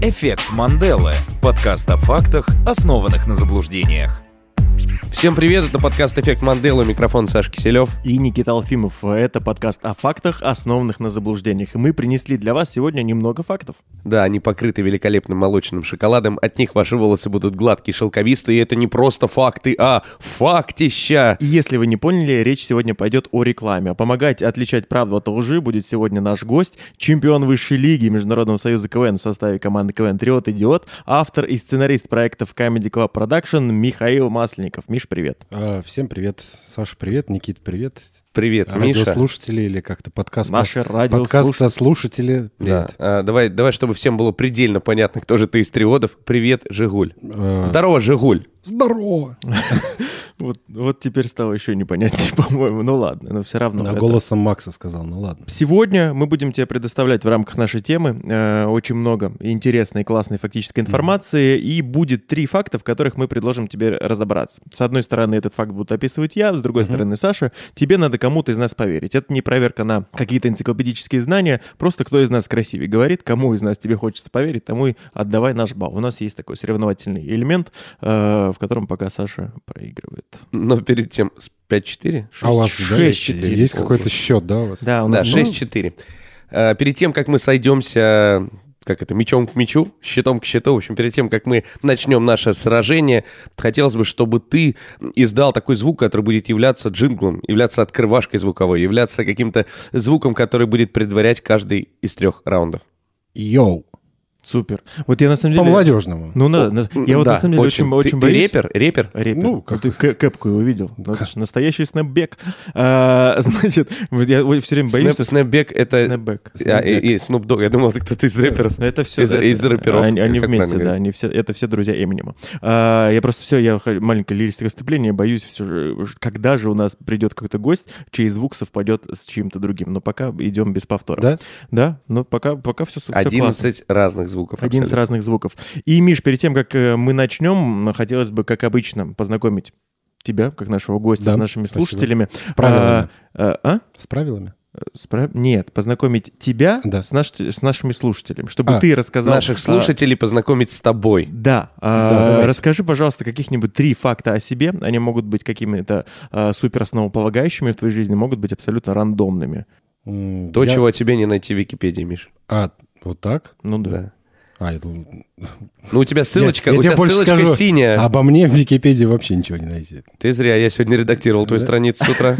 «Эффект Манделы» — подкаст о фактах, основанных на заблуждениях. Всем привет, это подкаст «Эффект Манделы», микрофон Саш Киселев. и Никита Алфимов. Это подкаст о фактах, основанных на заблуждениях. И мы принесли для вас сегодня немного фактов. Да, они покрыты великолепным молочным шоколадом, от них ваши волосы будут гладкие, шелковистые, и это не просто факты, а фактища! И если вы не поняли, речь сегодня пойдет о рекламе. А Помогать отличать правду от лжи будет сегодня наш гость, чемпион высшей лиги Международного союза КВН в составе команды КВН «Триот Идиот», автор и сценарист проектов Comedy Club Production Михаил Масленников. Миш, привет. А, Всем привет. Саша, привет. Никит, привет. А Привет, Миша. Радиослушатели или как-то подкаст... Наши радиослушатели. Подкастослушатели. Да. Привет. а, давай, давай, чтобы всем было предельно понятно, кто же ты из триодов. Привет, Жигуль. Э, Здорово, Жигуль. Здорово. Вот, вот теперь стало еще непонятнее, по-моему. Ну ладно, но все равно. На это- голосом Макса сказал, ну ладно. Сегодня мы будем тебе предоставлять в рамках нашей темы э, очень много интересной, классной фактической информации, и будет три факта, в которых мы предложим тебе разобраться. С одной стороны, этот факт будут описывать я, с другой стороны, Саша. Тебе надо кому-то из нас поверить. Это не проверка на какие-то энциклопедические знания, просто кто из нас красивее говорит, кому из нас тебе хочется поверить, тому и отдавай наш балл. У нас есть такой соревновательный элемент, э, в котором пока Саша проигрывает. Но перед тем, с 5-4? А у вас да, есть, 6-4. есть какой-то счет, да, у вас? Да, у Да, нас 6-4. А, Перед тем, как мы сойдемся, как это, мечом к мечу, щитом к щиту, в общем, перед тем, как мы начнем наше сражение, хотелось бы, чтобы ты издал такой звук, который будет являться джинглом, являться открывашкой звуковой, являться каким-то звуком, который будет предварять каждый из трех раундов. Йоу. Супер. Вот я на самом деле... По-молодежному. Ну, надо. на- Я вот Да, на самом деле очень, очень ты, ты боюсь. репер? Репер? Репер. Ну, как- Ты кэ- кэпку его видел. Ну, это ж настоящий снэпбэк. А, значит, вот я все время боюсь... Снэп- Снэпбэк это... Снэпбэк. А, и, и Snoop Dogg. я думал, это кто-то из рэперов. Ну, Это все. Из- из рэперов, Они, они как вместе, правильно да. Они все, это все друзья Эминема. А, я просто все, я х- маленькое лирическое выступление, боюсь, все же, ж- когда же у нас придет какой-то гость, чей звук совпадет с чьим-то другим. Но пока идем без повтора. Да? Да, но пока, пока все, все классно. 11 разных звуков. Один из абсолютно. разных звуков. И, Миш, перед тем, как э, мы начнем, м, хотелось бы, как обычно, познакомить тебя, как нашего гостя, Да, с нашими спасибо. слушателями. С правилами. А, а? С правилами? Спра- Нет, познакомить тебя Да. с, наш- с нашими слушателями, чтобы А, ты рассказал... Наших а, слушателей познакомить с тобой. да. а, Да, давайте. расскажи, пожалуйста, каких-нибудь три факта о себе. Они могут быть какими-то а, супер основополагающими в твоей жизни, могут быть абсолютно рандомными. М, То, я- чего о тебе не найти в Википедии, Миш. А, вот так? Ну да. Да. А, я думал- Ну, у тебя ссылочка, Я- я у тебе тебя больше ссылочка скажу. А синяя. Обо мне в Википедии вообще ничего не найти. Ты зря, я сегодня редактировал твою страницу с утра.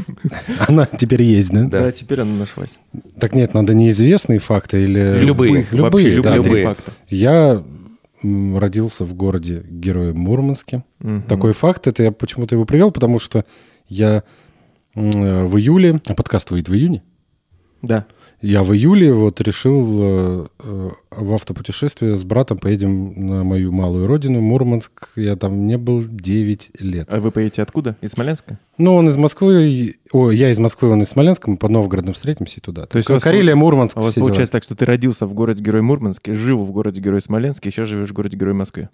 Она теперь есть, да? Да. Да, А теперь она нашлась. Так нет, надо неизвестные факты или... Любые. Вообще Любые, да. любые, три любые. факта. Я м, родился в городе Героя Мурманске. Мгм. Такой факт, это я почему-то его привел, потому что я м, э, в июле, а подкаст выйдет в июне, Да. я в июле вот решил э, э, в автопутешествие с братом поедем на мою малую родину, Мурманск. Я там не был 9 лет. А вы поедете откуда? Из Смоленска? Ну, он из Москвы, и- о, я из Москвы, он из Смоленска, мы под Новгородом встретимся и туда. То есть у Кар- вас Карелия, Мурманск, А у вас все дела. получается так, что ты родился в городе Герой Мурманске, жил в городе Герой Смоленске, сейчас живешь в городе Герой Москвы.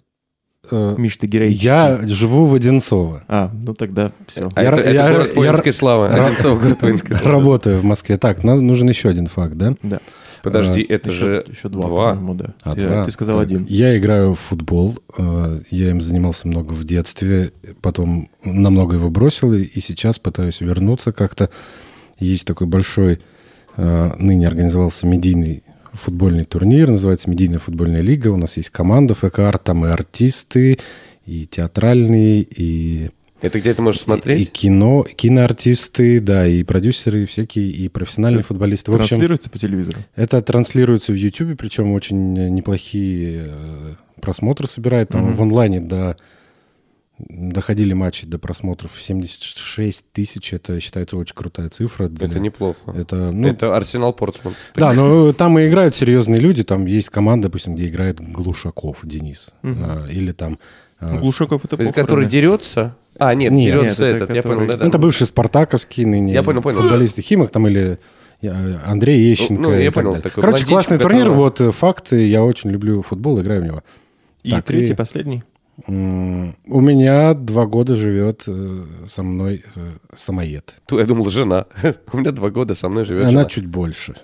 Э, Миш, ты героический. Я живу в Одинцово. А, ну тогда все. А Я- это, это я- город я- воинской славы. Одинцов город воинской славы. Работаю в Москве. Так, нам нужен еще один факт, да? Да. Подожди, это же еще два, два. по-моему, да. А, ты, два. ты сказал Так, один. Я играю в футбол. э, Я им занимался много в детстве. Потом намного его бросил. и- И сейчас пытаюсь вернуться как-то. Есть такой большой... э, Ныне организовался медийный футбольный турнир. Называется «Медийная футбольная лига». У нас есть команда ФКР. Там и артисты, и театральные, и Это где ты можешь и смотреть? кино, киноартисты, да, и продюсеры всякие, и профессиональные футболисты. В общем, Транслируется по телевизору? это транслируется в YouTube, причем очень э, неплохие э, просмотры собирает. Там Мгм. в онлайне до, доходили матчи до просмотров 76 тысяч. Это считается очень крутая цифра. Это для- неплохо. это, ну, Это Арсенал Портсмут. да, ну, но там и играют серьезные люди. Там есть команда, допустим, где играет Глушаков Денис. Мгм. А, Или там... а, Ну, Глушаков это похороны. Который дерется? А, нет, Нет, дерется это этот. Я который- понял, да, Ну, это да. бывший спартаковский ныне. Я понял, понял. Футболисты Химок там или э, Андрей Ещенко. Ну, я и так понял, далее. такой Короче, блондинчик, классный которого- турнир. Вот э, факты. Я очень люблю футбол, играю в него. И Так, третий, и- последний. М, У меня два года живет э, со мной э, самоед. Ту, я думал, жена. У меня два года со мной живет Она жена. чуть больше.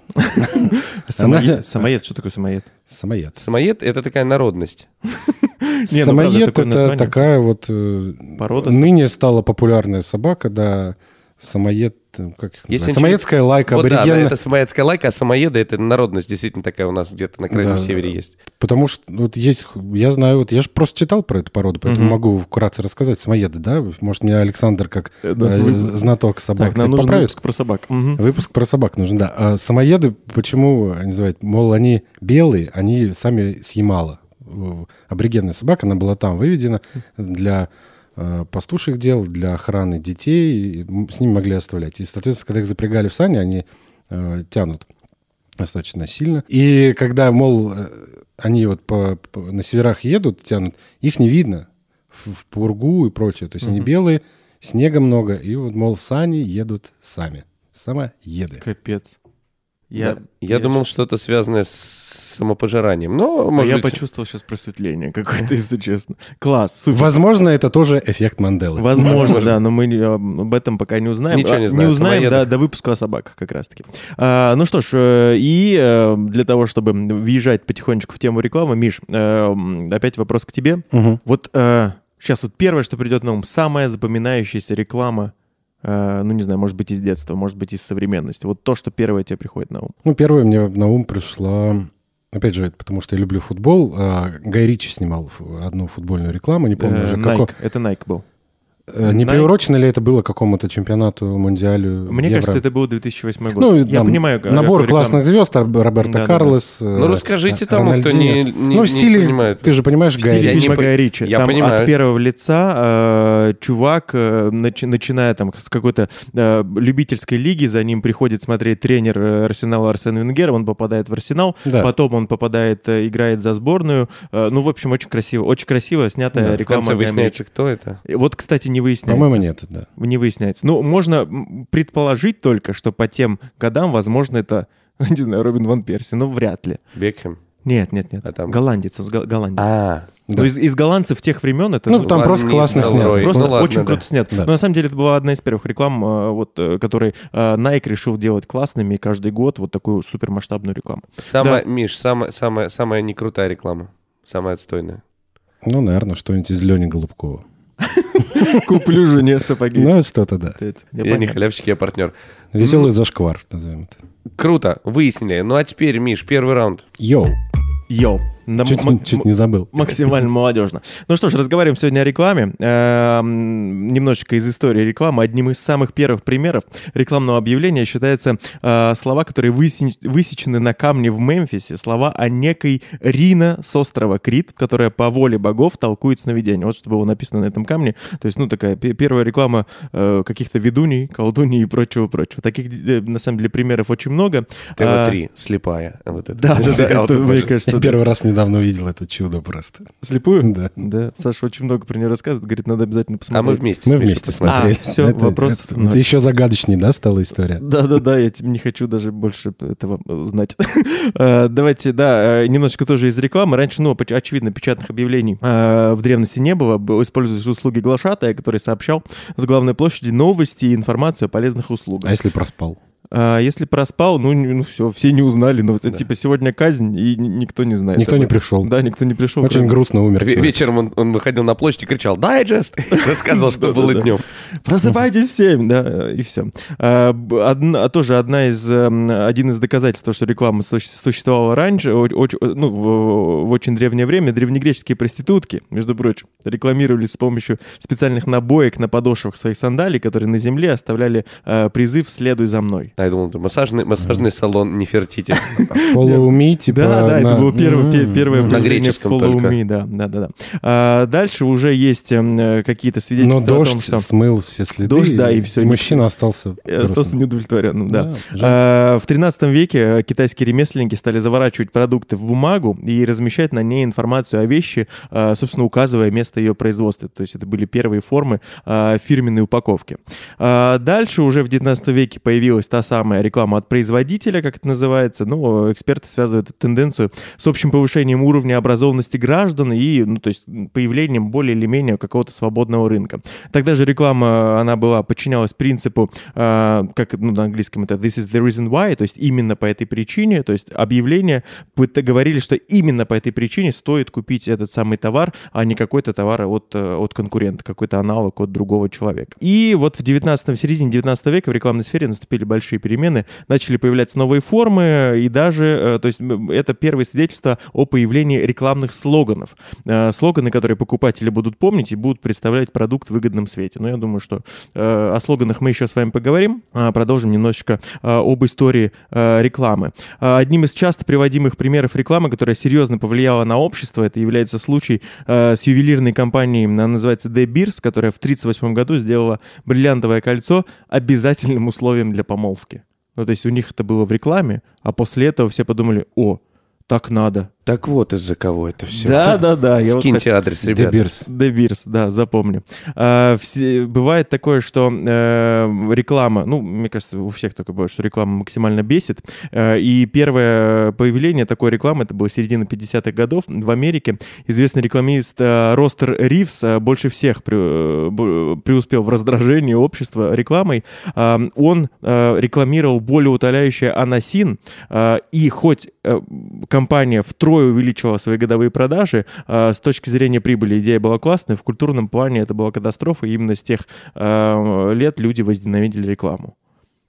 Самое- Она- Э, Самоед, что такое самоед? Самоед. Самоед — это такая народность. Не, ну, правда, Самоед такое это название. такая вот... э, Порода сам- Ныне стала популярная собака, да. Самоед, э, как Если их называют? ничего- Самоедская лайка, Вот да, да, аборигенная. это самоедская лайка, а самоеда — это народность действительно такая у нас где-то на Крайнем Да. Севере есть. Потому что вот есть, х- я знаю, вот я же просто читал про эту породу, поэтому могу вкратце рассказать. Самоеды, да? Может, меня Александр как Э, э, нас вы- знаток собак Так, нам кстати, нужен поправит. выпуск про собак. Мгм. Выпуск про собак нужен, да. А самоеды, почему они называют? Мол, они белые, они сами с Ямала. Э, Аборигенная собака, она была там выведена для э, пастушек дел, для охраны детей. И м- С ними могли оставлять. И, соответственно, когда их запрягали в сани, они э, тянут достаточно сильно. И когда, мол, э, они вот по- по- на северах едут, тянут, их не видно в, в пургу и прочее. То есть они белые, снега много, и вот, мол, сани едут сами. Самоеды. Капец. Да. Я думал, что-то связанное с самопожиранием. Но, А может я быть, почувствовал сейчас просветление какое-то, если честно. Класс, супер. Возможно, это тоже эффект Манделы. Возможно, да, но мы э, об этом пока не узнаем. Ничего не А, знаю, Не узнаем самоедов. да, до выпуска о собаках как раз-таки. А, ну что ж, э, и э, для того, чтобы въезжать потихонечку в тему рекламы, Миш, э, м, опять вопрос к тебе. Мгм. Вот сейчас вот первое, что придет на ум, самая запоминающаяся реклама, э, ну не знаю, может быть из детства, может быть из современности. Вот то, что первое тебе приходит на ум. Ну, первое мне на ум пришла... Опять же, это потому что я люблю футбол. а, Гай Ричи снимал фу- одну футбольную рекламу, не помню Э, уже, Nike. како- Это Nike был. э, Не Nike. приурочено ли это было к какому-то чемпионату, мундиалю, Мне Евро? кажется, это был 2008 год. Ну, я там понимаю, а как- Набор какую классных звезд, Роб- Роберто Да-да-да. Карлос. э, Ну, расскажите тому, кто не- Рональдиньо. не- не ну, в стиле, понимает. ты же понимаешь, Гай стиле Я Ричи. не фильма по- Гая Ричи. я там понимаю. от первого лица э, чувак, э, начи- начиная там с какой-то э, любительской лиги, за ним приходит смотреть тренер э, Арсенала Арсен Венгер, он попадает в Арсенал, Да. потом он попадает, э, играет за сборную. Э, ну, в общем, очень красиво, очень красиво снятая в реклама. конце Гая выясняется, кто это. Ричи. Вот, кстати, не выясняется. По-моему, нет, да. Не выясняется. Ну, можно м, предположить только, что по тем годам, возможно, это, не знаю, Робин Ван Перси, но вряд ли. Бекхэм. Нет, нет, нет. А там- Голландец, он с гол- голландец. А, Да. Ну, из, из голландцев тех времен это... Ну, ну, там ладно, просто не классно знал, снято. Рой. Просто Ну, ладно, очень да. круто снят. Да. Но на самом деле это была одна из первых реклам, э, вот, э, которые э, Nike решил делать классными и каждый год вот такую супермасштабную рекламу. Самая, Да. Миш, самая, самая, самая не крутая реклама. Самая отстойная. Ну, наверное, что-нибудь из Лени Голубкова. Куплю жене сапоги. Ну, что-то, да. Я, понял. не халявщик, я партнер. Ну. Веселый зашквар, назовем это. Круто, выяснили. Ну а теперь, Миш, первый раунд. Йоу, Йоу. На чуть, м- чуть не забыл. Максимально молодежно. Ну что ж, разговариваем сегодня о рекламе. Эм, Немножечко из истории рекламы. Одним из самых первых примеров рекламного объявления считаются э, слова, которые выси- высечены на камне в Мемфисе. Слова о некой Рина с острова Крит, которая по воле богов толкует сновидение. Вот что было написано на этом камне. То есть, ну, такая пе- первая реклама э, каких-то ведуней, колдуней и прочего-прочего. Таких, э, на самом деле, примеров очень много. А, ТВ-3, слепая. Вот это. Да, да, да, Сериал это, ты мне можешь. кажется, Я первый раз недавно увидел это чудо просто. Слепую? Да. Да, Саша очень много про нее рассказывает, говорит, надо обязательно А мы посмотреть. вместе Мы с Мишей вместе посмотрели. смотрели. А, всё, Это- вопросов это- ноль. это еще загадочнее, да, стала история? Да-да-да, я тебе не хочу даже больше этого э, знать. Э, Давайте, да, э, немножечко тоже из рекламы. Раньше, ну, поч- очевидно, печатных объявлений э, в древности не было. Б- Использовались услуги глашатая, который сообщал с главной площади новости и информацию о полезных услугах. А если проспал? А если проспал, ну, не- ну все, все не узнали. Ну, вот, э, типа, сегодня казнь, и ни- никто не знает. Никто об не этом. пришел. Да, никто не пришел. Очень кроме- грустно умер. Ве- человек. Вечером он, он выходил на площадь и кричал «Дайджест!» Рассказывал, что было Да-да-да. днем. Просыпайтесь в 7, да, э, и все. тоже одна из, эм, один из доказательств, того, что реклама суще- существовала раньше, о- оч- ну, в, в очень древнее время, древнегреческие проститутки, между прочим, рекламировались с помощью специальных набоек на подошвах своих сандалий, которые на земле оставляли э, призыв «следуй за мной». А я думал, это массажный, массажный салон Нефертити. Follow me, типа... да, да, это на- М-м-м. было первое, пе- М, первое м. На объявление греческом «Follow только. me», да, да, да, да. А, дальше уже есть эм, э, какие-то Но свидетельства о том, дождь что... смыл все следы. Дождь, да, и всё. Мужчина остался... Я Э, остался грустным. неудовлетворенным, да. Да, жаль. А, В 13 веке э, китайские ремесленники стали заворачивать продукты в бумагу и размещать на ней информацию о вещи, э, собственно, указывая место ее производства. То есть это были А, первые формы э, фирменной упаковки. А, Дальше уже в 19 веке появилась та самая реклама от производителя, как это называется. Ну, эксперты связывают эту тенденцию с общим повышением уровня образованности граждан и, ну, то есть появлением более или менее какого-то свободного рынка. Тогда же реклама, э, она была, подчинялась принципу, э, как ну, на английском это this is the reason why, то есть именно по этой причине, то есть объявление пыт- говорили, что именно по этой причине стоит купить этот самый товар, а не какой-то товар от, э, от конкурента, какой-то аналог от другого человека. И вот в 19 в середине 19 века в рекламной сфере наступили большие перемены, начали появляться новые формы, и даже, э, то есть м, это первое свидетельство о появлении рекламных слоганов. Э, Слоганы, которые покупатели будут помнить и будут представлять продукт в выгодном свете. Но я думаю, что э, о слоганах мы еще с вами поговорим. А, Продолжим немножечко а, об истории а, рекламы. А, Одним из часто приводимых примеров рекламы, которая серьезно повлияла на общество, это является случай а, с ювелирной компанией, она называется De Beers, которая в 1938 году сделала бриллиантовое кольцо обязательным условием для помолвки. Ну, то есть у них это было в рекламе, а после этого все подумали, о, так надо. Так вот из-за кого это все. Да, да, да. я вот Скиньте адрес, ребята. Дебирс. Де Бирс, да, запомню. А, все- бывает такое, что э, реклама, ну, мне кажется, у всех такое бывает, что реклама максимально бесит. Э, и первое появление такой рекламы, это было середина 50-х годов в Америке. Известный рекламист э, Ростер Ривз э, больше всех пре- э, б- преуспел в раздражении общества рекламой. А, он э, рекламировал болеутоляющее анасин, э, и хоть э, компания втрое увеличила свои годовые продажи, э, с точки зрения прибыли идея была классная, в культурном плане это была катастрофа, и именно с тех э, лет люди возненавидели рекламу.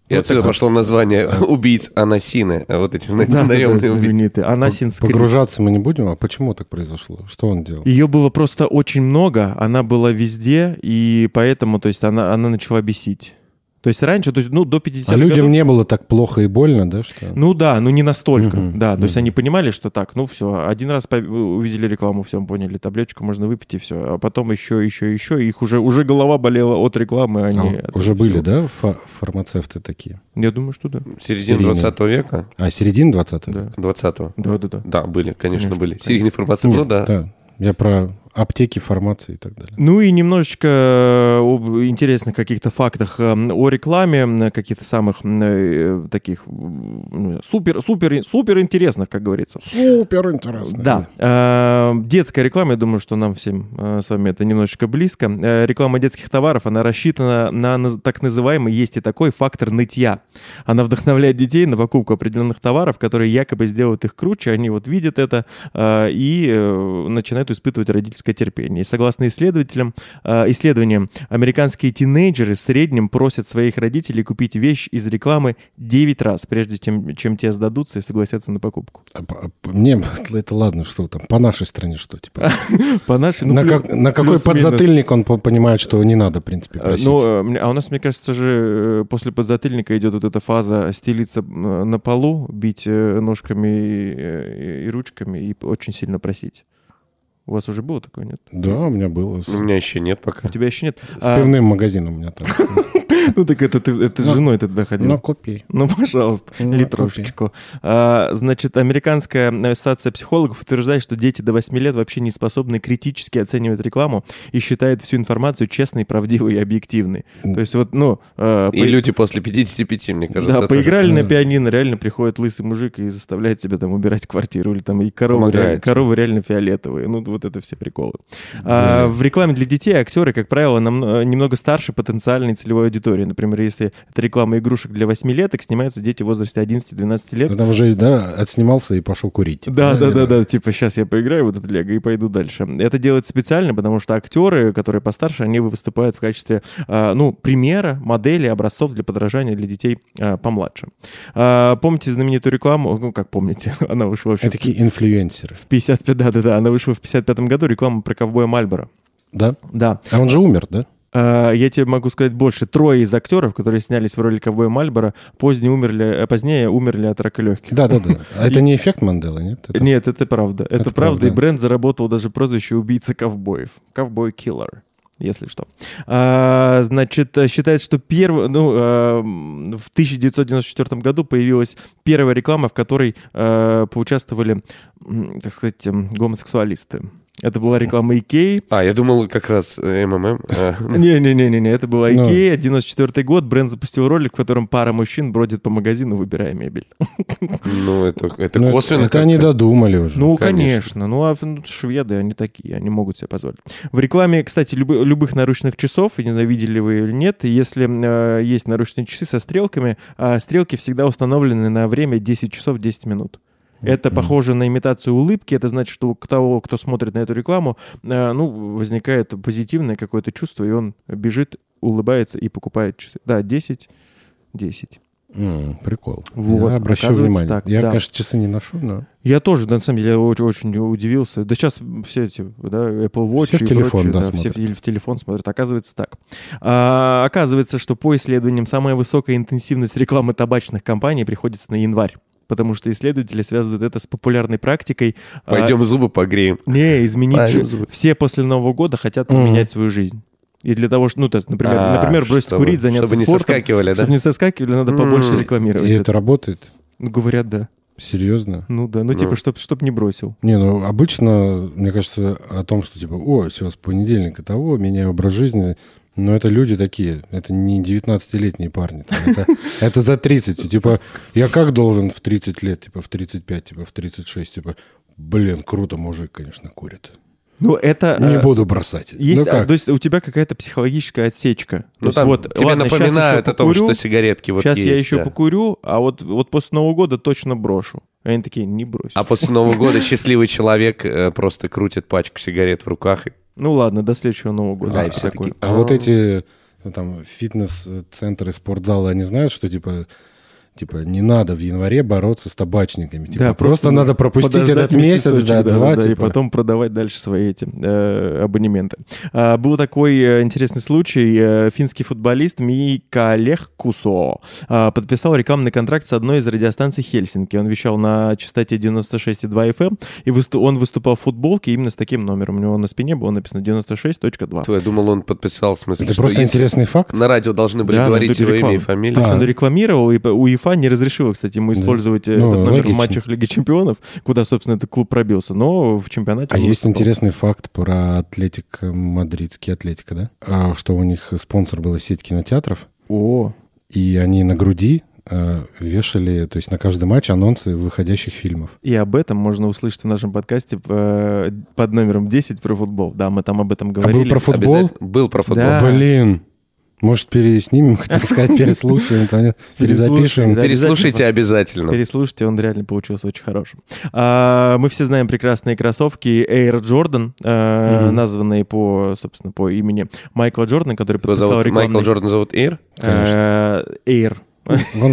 И отсюда пошло название «Убийц Анасины». А Вот эти, знаете, наемные убийцы. знаменитый анасин скрипт. Погружаться мы не будем, а почему так произошло? Что он делал? Ее было просто очень много, она была везде, и поэтому, то есть, она, она начала бесить. То есть раньше, то есть, ну, до 50 А людям не было так плохо и больно, да? Что... Ну да, ну не настолько, Мгм, да. То есть мгм. они понимали, что так, ну все, один раз пов- увидели рекламу, все, поняли, таблеточку можно выпить и все. А потом еще, еще, еще, их уже, уже голова болела от рекламы, А, они... уже были, да, фа- фармацевты такие? Я думаю, что да. Середина Серийные. 20 века? А, середина 20 Да, 20 да, да. да. Да, были, конечно, Конечно, были. конечно. Серийные формации, ну да. Я про аптеки, фармации и так далее. Ну и немножечко э, об интересных каких-то фактах э, о рекламе, м, каких-то самых м, э, таких м, супер, супер, супер интересных, как говорится. Супер интересно. Да. Э, Детская реклама, я думаю, что нам всем э, с вами это немножечко близко. Э, Реклама детских товаров, она рассчитана на наз- так называемый, есть и такой фактор нытья. Она вдохновляет детей на покупку определенных товаров, которые якобы сделают их круче, они вот видят это э, и э, начинают испытывать родительское терпение. И согласно исследователям, э, исследованиям, американские тинейджеры в среднем просят своих родителей купить вещь из рекламы 9 раз, прежде чем, чем те сдадутся и согласятся на покупку. А по- а по- Мне это ладно, что там, по нашей стране что, типа? По нашей, ну, на, плюс- как- на какой плюс-минус. подзатыльник он по- понимает, что не надо, в принципе, Э, просить? Ну, э, мне- а у нас, мне кажется же, э, после подзатыльника идет вот эта фаза стелиться м, на полу, бить э, ножками и, э, и ручками и очень сильно просить. У вас уже было такое, нет? Да, у меня было. С, У меня еще нет У пока. тебя еще нет? с А, пивным магазином у меня там. ну так это ты это с Ну, женой тогда ходил. Ну, купи. Ну, пожалуйста, Ну, литровочку. А, значит, американская ассоциация психологов утверждает, что дети до 8 лет вообще не способны критически оценивать рекламу и считают всю информацию честной, правдивой и объективной. То есть вот, ну... э, И по- люди после 55, мне кажется, да, тоже поиграли на Да. пианино, реально приходит лысый мужик и заставляет тебя там убирать квартиру или там и коровы, Помогает. реально, коровы реально фиолетовые, ну вот это все приколы. А, в рекламе для детей актеры, как правило, нам, э, немного старше потенциальной целевой аудитории. Например, если это реклама игрушек для восьмилеток, снимаются дети в возрасте 11-12 лет. Там уже, да, отснимался и пошел курить. типа, Да, да, или- да, да, типа сейчас я поиграю в этот лего и пойду дальше. Это делают специально, потому что актеры, которые постарше, они выступают в качестве, а, ну, примера, модели, образцов для подражания для детей а, помладше. А, Помните знаменитую рекламу, ну, как помните, она вышла вообще Это такие инфлюенсеры, в 55, да, да, да, она вышла в 55 году, реклама про ковбоя Мальборо. да? Да, А он же умер, да? А, я тебе могу сказать больше. Трое из актеров, которые снялись в роли ковбоя Мальборо, позднее умерли, э, позднее умерли от рака легких. Да, да, да. А Это не эффект Манделы, нет? Это- Нет, это правда. Это, Это правда, и правда. бренд заработал даже прозвище убийца ковбоев. Ковбой-киллер, если что. А, значит, э, считается, что перв... ну, э, м, в 1994 году появилась а, первая реклама, в которой э, поучаствовали, м, так сказать, эм, гомосексуалисты. Это была реклама Икеи. А, я думал, как раз э, МММ. э, Не-не-не-не, это была Ну. Икея, 94 год. Бренд запустил ролик, в котором пара мужчин бродит по магазину, выбирая мебель. Ну, это, это Ну, косвенно. Это они как-то. додумали уже. Ну, конечно. конечно. Ну, а ну, шведы, они такие, они могут себе позволить. В рекламе, кстати, любы- любых наручных часов, и ненавидели вы или нет, если э, есть наручные часы со стрелками, а стрелки всегда установлены на время 10 часов 10 минут. Это Мгм. похоже на имитацию улыбки. Это значит, что у того, кто смотрит на эту рекламу, э, ну, возникает позитивное какое-то чувство, и он бежит, улыбается и покупает часы. Да, 10, 10. М, Прикол. Вот, Я обращаю оказывается, внимание. так, Я, да. конечно, часы не ношу, но Я тоже, да, на самом деле, я очень, очень удивился. Да сейчас все эти, да, Apple Watch Все в и телефон, прочее, да, все в- смотрят. или в телефон смотрят. Оказывается так. А, оказывается, что по исследованиям самая высокая интенсивность рекламы табачных компаний приходится на январь. Потому что исследователи связывают это с популярной практикой. а, Пойдем зубы погреем. не, изменить Пойдем жи- зубы. Все после Нового года хотят Мгм. поменять свою жизнь. И для того, что, ну, то есть, например, А, например, бросить чтобы- курить, заняться Чтобы не спортом, соскакивали, да? чтобы не соскакивали, надо побольше М. рекламировать. и это. это работает. Ну, Говорят, да. Серьезно? Ну да, ну, Ну. типа, чтоб, чтоб не бросил. Не, ну обычно, мне кажется, о том, что типа, о, все, с понедельника того, меняю образ жизни. Но это люди такие, это не 19-летние парни. там, это, это за 30. Типа, я как должен в 30 лет, типа в 35, типа в 36, типа, блин, круто, мужик, конечно, курит. Ну, это... Не э, буду бросать. Есть, ну а, как? то есть у тебя какая-то психологическая отсечка. То Ну, есть там тебе ладно, щас напоминают еще о том, покурю, что сигаретки вот Сейчас я есть, еще да. покурю, а вот, вот после Нового года точно брошу. И Они такие, не брось. А после Нового года счастливый человек э, просто крутит пачку сигарет в руках. и- Ну ладно, до следующего Нового года. Да, Ты и все такой, такие, А вот эти ну, там фитнес-центры, спортзалы, они знают, что типа типа не надо в январе бороться с табачниками. Типа, Да, просто, надо пропустить подождать этот месяц, месяцочек, да, два, да, и типа. потом продавать дальше свои эти э, абонементы. А, был такой э, интересный случай. Э, финский футболист Мика Лехкусо а, подписал рекламный контракт с одной из радиостанций Хельсинки. Он вещал на частоте 96,2 FM, и высту- он выступал в футболке именно с таким номером. У него на спине было написано 96.2. То я думал, он подписал, в смысле, Это что просто если интересный факт. на радио должны были Да, ну, говорить это его имя и реклама. То фамилию. есть А. он рекламировал, и по- УЕФА не разрешила, кстати, ему Да. использовать э, Ну, этот номер логично. в матчах Лиги Чемпионов, куда, собственно, этот клуб пробился. Но в чемпионате... А он есть выступал. интересный факт про Атлетик, э, мадридский Атлетика, да? А, Что у них спонсор была сеть кинотеатров, О, и они на груди э, вешали, то есть на каждый матч анонсы выходящих фильмов. И об этом можно услышать в нашем подкасте э, под номером 10 про футбол. Да, мы там об этом говорили. А про футбол? Обязательно- Был про футбол. Да. Блин, может, переснимем, хотел сказать, переслушаем, там, Переслушаем, перезапишем. да. Переслушайте обязательно. Переслушайте, он реально получился очень хорошим. А, мы все знаем прекрасные кроссовки Air Jordan, э, Мгм. названные по, собственно, по имени Майкла Джордана, который Его подписал зовут рекламный... Майкл Джордан зовут Эйр. э, Air. Он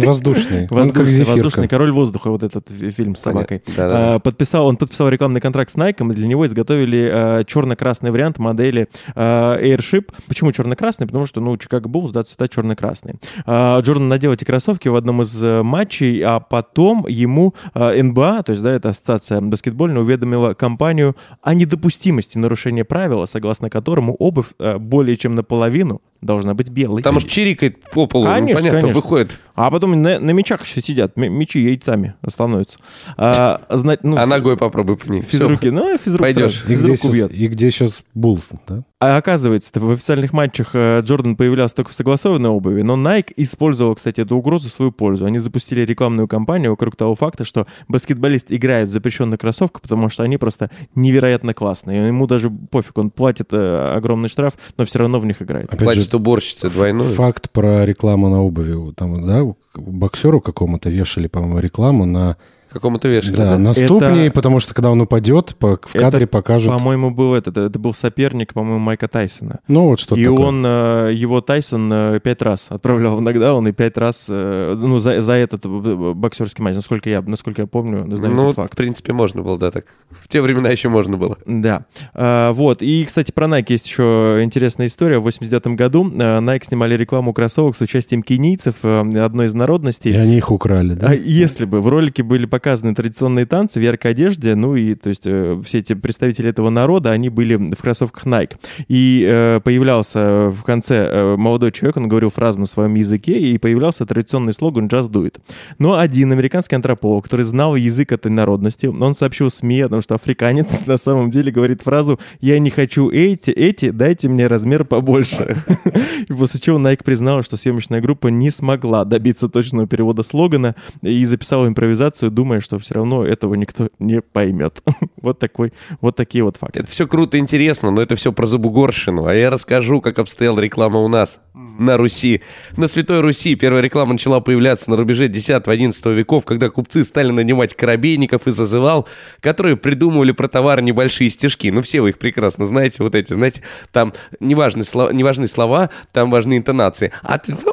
воздушный, он Ну, как Воздушный, зефирка. воздушный король воздуха, вот этот фи- фильм с собакой. Да, да. А, подписал, он подписал рекламный контракт с Nike, и для него изготовили а, черно-красный вариант модели а, Airship. Почему черно-красный? Потому что, ну, Чикаго Буллс, да, цвета черно-красные. А, Джордан надел эти кроссовки в одном из э, матчей, а потом ему а, НБА, то есть, да, это ассоциация баскетбольная, уведомила компанию о недопустимости нарушения правила, согласно которому обувь э, более чем наполовину должна быть белой. Там уж чирикает по полу, ну, Конечно, понятно, конечно. выходит. А потом на, на мячах еще сидят, м- мячи яйцами становятся. А, зна- ну, А ногой попробуй пни. Всё. Физруки, ну, физрук Пойдёшь. сразу, И где, физрук сейчас, убьет. и где сейчас Буллс, да? А оказывается, в официальных матчах э, Джордан появлялся только в согласованной обуви, но Nike использовал, кстати, эту угрозу в свою пользу. Они запустили рекламную кампанию вокруг того факта, что баскетболист играет в запрещенную кроссовку, потому что они просто невероятно классные. Ему даже пофиг, он платит э, огромный штраф, но все равно в них играет. Опять же, Плачет уборщица двойную. Факт про рекламу на обуви. Там, да, боксеру какому-то вешали, по-моему, рекламу на, Какому-то вешали. да, да? на Это- ступни, потому что когда он упадет, по- в Это, кадре покажут. По-моему, был этот, э, это был соперник, по-моему, Майка Тайсона. Ну, вот что и такое. он, э, его Тайсон э, пять раз отправлял в нокдаун и пять раз, э, ну, за, за этот б- боксерский матч, насколько я, насколько я помню, знаю Ну, этот в факт. принципе, можно было, да, так. В те времена еще можно было. Да. А, вот. И, кстати, про Nike есть еще интересная история. В 89 году э, Nike снимали рекламу кроссовок с участием кенийцев, э, одной из И народностей. они их украли, да? А если бы в ролике были показаны традиционные танцы в яркой одежде, ну и, то есть, э, все эти представители этого народа, они были в кроссовках Nike. И э, появлялся в конце э, молодой человек, он говорил фразу на своем языке, и появлялся традиционный слоган «Just do it». Но один американский антрополог, который знал язык этой народности, он сообщил СМИ о том, что африканец на самом деле говорит фразу «Я не хочу эти, эти, дайте мне размер побольше». И после чего Nike признала, что съемочная группа не смогла добиться точного перевода слогана и записала импровизацию, думая, что все равно этого никто не поймет. Вот такой, вот такие вот факты. Это все круто, интересно, но это все про Забугорщину. А я расскажу, как обстояла реклама у нас, на Руси. На Святой Руси первая реклама начала появляться на рубеже 10-11 веков, когда купцы стали нанимать корабейников и зазывал, которые придумывали про товар небольшие стишки. Ну, все вы их прекрасно знаете, вот эти, знаете, там не важны, слова, не важны слова, там важны интонации. А ты... Мы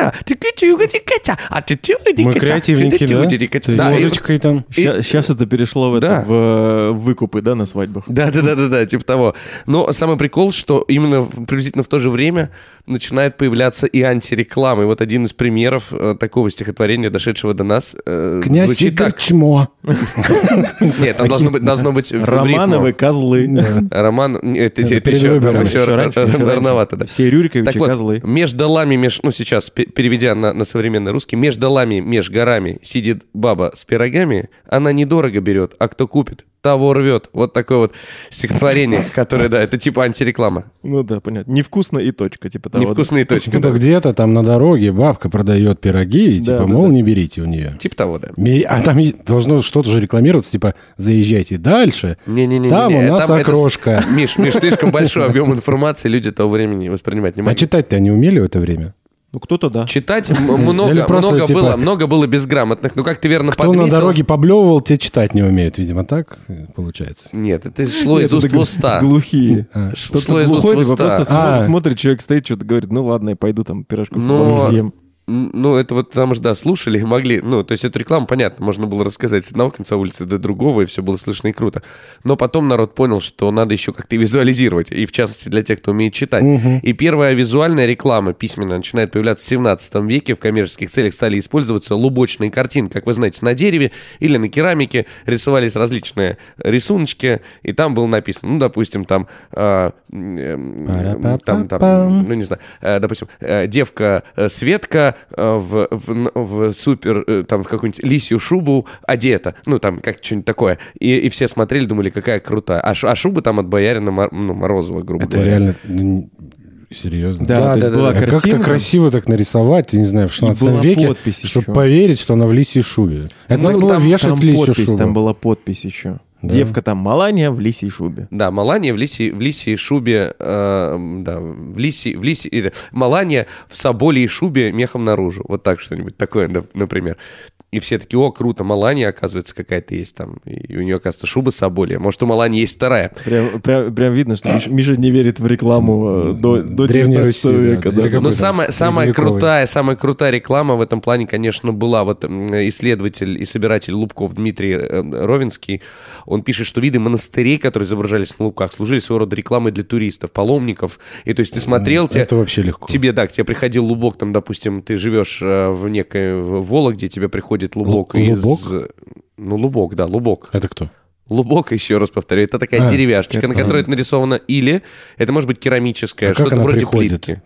а Мы креативники, да? С музычкой там. Сейчас это перешло в, это, Да. в, э, в выкупы, да, на свадьбах. Да-да-да-да-да, типа того. Но самый прикол, что именно в- приблизительно в то же время начинает появляться и антиреклама. И вот один из примеров э, такого стихотворения, дошедшего до нас, э, Князь звучит Игорь так. Чмо. Нет, там должно быть, должно быть в- в рифму. Романовы, козлы. Роман, нет, это, Это это перед еще, выборами. еще Еще ра- раньше, еще раньше. рановато, да. Все Рюриковичи, Так вот, козлы. меж долами, меж, ну сейчас, пе- переведя на, на современный русский, меж долами, меж горами сидит баба с пирогами, она недорого берет, а кто купит, того рвет. Вот такое вот стихотворение, которое, да, это типа антиреклама. Ну да, понятно. Невкусно и точка, типа того. Невкусные точки. Типа да. где-то там на дороге бабка продает пироги, и Да, типа, да, мол, да. не берите у нее. Типа того, да. Ми- А там и должно что-то же рекламироваться, типа, заезжайте дальше. Не-не-не. Там у нас а это с- окрошка. Миш, Миш, слишком большой объем информации люди того времени воспринимать не А могли. читать-то они умели в это время? Ну кто-то да. Читать м- много, просто, много, типа, было, много было безграмотных. Ну, как ты верно Кто на подметил- дороге поблевывал, те читать не умеют, видимо, так э, получается. Нет, это шло Нет, из уст это в уста. Глухие. А. Ш- Шло Что-то из уст глухой, в типа, уста. просто смо- А. Ну, смотрит, человек стоит, что-то говорит, ну ладно, я пойду там пирожку Но- съем. Н- Ну, это вот потому что, да, слушали и могли. Ну, то есть эту рекламу, понятно, можно было рассказать с одного конца улицы до другого, и все было слышно и круто. Но потом народ понял, что надо еще как-то визуализировать, и в частности для тех, кто умеет читать. И первая визуальная реклама письменная начинает появляться в 17 веке. В коммерческих целях стали использоваться лубочные картины, как вы знаете, на дереве или на керамике рисовались различные рисуночки, и там было написано, ну, допустим, там, э, м, там, там Пара-па-па-пам. ну не знаю, э, допустим, э, девка э, Светка э, в, в, н- в супер, э, там, в какую-нибудь лисью шубу одета, ну, там, как что-нибудь такое. И, и все смотрели, думали, какая крутая. А, шу- а шуба там от боярина Мор- ну, Морозова, грубо Это говоря. реально ну, н- серьезно. Да, Да, то есть да, была А как-то картина. красиво так нарисовать, я не знаю, в 16 была веке, подпись чтобы еще. поверить, что она в лисьей шубе. Это Ну, надо было там- вешать там лисью подпись, шубу. там была подпись еще. Да. Девка там Малания в лисей шубе. Да, Малания в лисе, в лисьей шубе, э, да, в лисе, в лисе, э, Малания в соболе шубе мехом наружу. Вот так что-нибудь такое, да, например. И все такие, о, круто, Малания, оказывается, какая-то есть там. И у нее, оказывается, шуба соболья. Может, у Малании есть вторая. Прям, прям, прям видно, что Миш- Миша не верит в рекламу э, до, до Древней 19 Руси, да, века. или да. Ну, как- Но Какой там? Ну, самая, самая Средневековый. крутая, самая крутая реклама в этом плане, конечно, была. Вот м, исследователь и собиратель лубков Дмитрий э, Ровенский, он пишет, что виды монастырей, которые изображались на лубках, служили своего рода рекламой для туристов, паломников. И то есть ты смотрел, те- Это вообще легко. тебе, да, к тебе приходил лубок, там, допустим, ты живешь э, в некой в- Вологде, тебе приходит лубок Лу- из... лубок? Ну, лубок, да, лубок. Это кто? Лубок, еще раз повторю, это такая А, деревяшечка, на это- которой это нарисовано. Или это может быть керамическое, А как что-то она вроде приходит? плитки.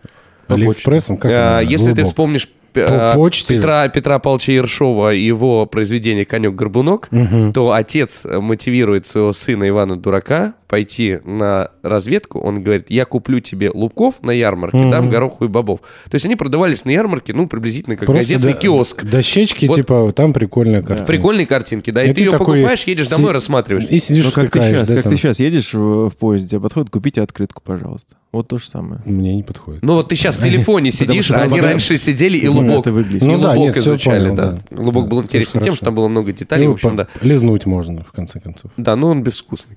Алиэкспрессом? Как А, она? Если ты Глубок. вспомнишь п- По а, почте? Петра, Петра Павловича Ершова и его произведение «Конек-горбунок», то отец э, мотивирует своего сына Ивана Дурака пойти на разведку. Он говорит, я куплю тебе лубков на ярмарке, дам гороху и бобов. То есть они продавались на ярмарке, ну, приблизительно как Просто газетный до- киоск. Дощечки, Вот. типа, там прикольная картина. Прикольные картинки, да, и, И ты ты ее такой покупаешь, едешь си- домой, рассматриваешь. И сидишь, Ну, как ты втыкаешь, сейчас, да, как там. ты сейчас едешь в, в поезде, а подходит, купите открытку, пожалуйста. Вот то же самое. Мне не подходит. Ну вот ты сейчас в телефоне сидишь, что а они работаем. раньше сидели и Думаю, лубок, это выглядит. и Ну да, лубок нет, всё изучали, понял, да. да. Лубок Да, был это интереснее тем, хорошо. что там было много деталей, в Ну, общем, по- да. Лизнуть можно, в конце концов. Да, ну он безвкусный.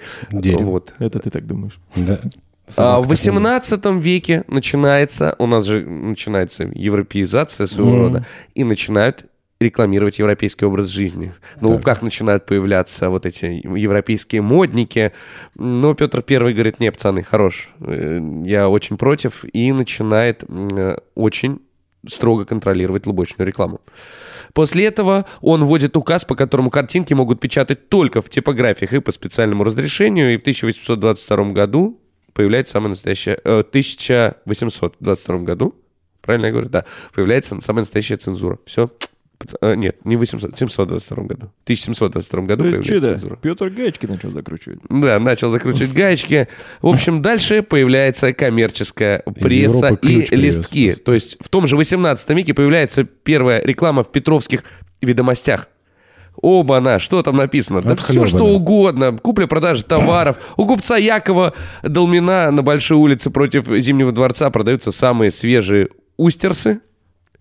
Вот. Дерево. Это ты так думаешь. Да. А в Собака такая. 18 веке начинается, у нас же начинается европеизация своего рода, и начинают рекламировать европейский образ жизни. На лубках начинают появляться вот эти европейские модники. Но Петр Первый говорит, не, пацаны, хорош, э, я очень против, и начинает м, э, очень строго контролировать лубочную рекламу. После этого он вводит указ, по которому картинки могут печатать только в типографиях и по специальному разрешению, и в 1822 году появляется самая настоящая... э, 1822 году, правильно я говорю? Да. Появляется самая настоящая цензура. Все. Нет, не в 800, 722 году. В 1722 году Ну, появляется цензура. Петр Гаечки начал закручивать. Да, начал закручивать гаечки. В общем, дальше появляется коммерческая пресса и Европы ключ привез листки. То есть в том же 18 веке появляется первая реклама в петровских ведомостях. Оба-на, что там написано? Да все Отхлёбано. что угодно. Купля-продажа товаров. У купца Якова Долмина на Большой улице против Зимнего дворца продаются самые свежие устерсы,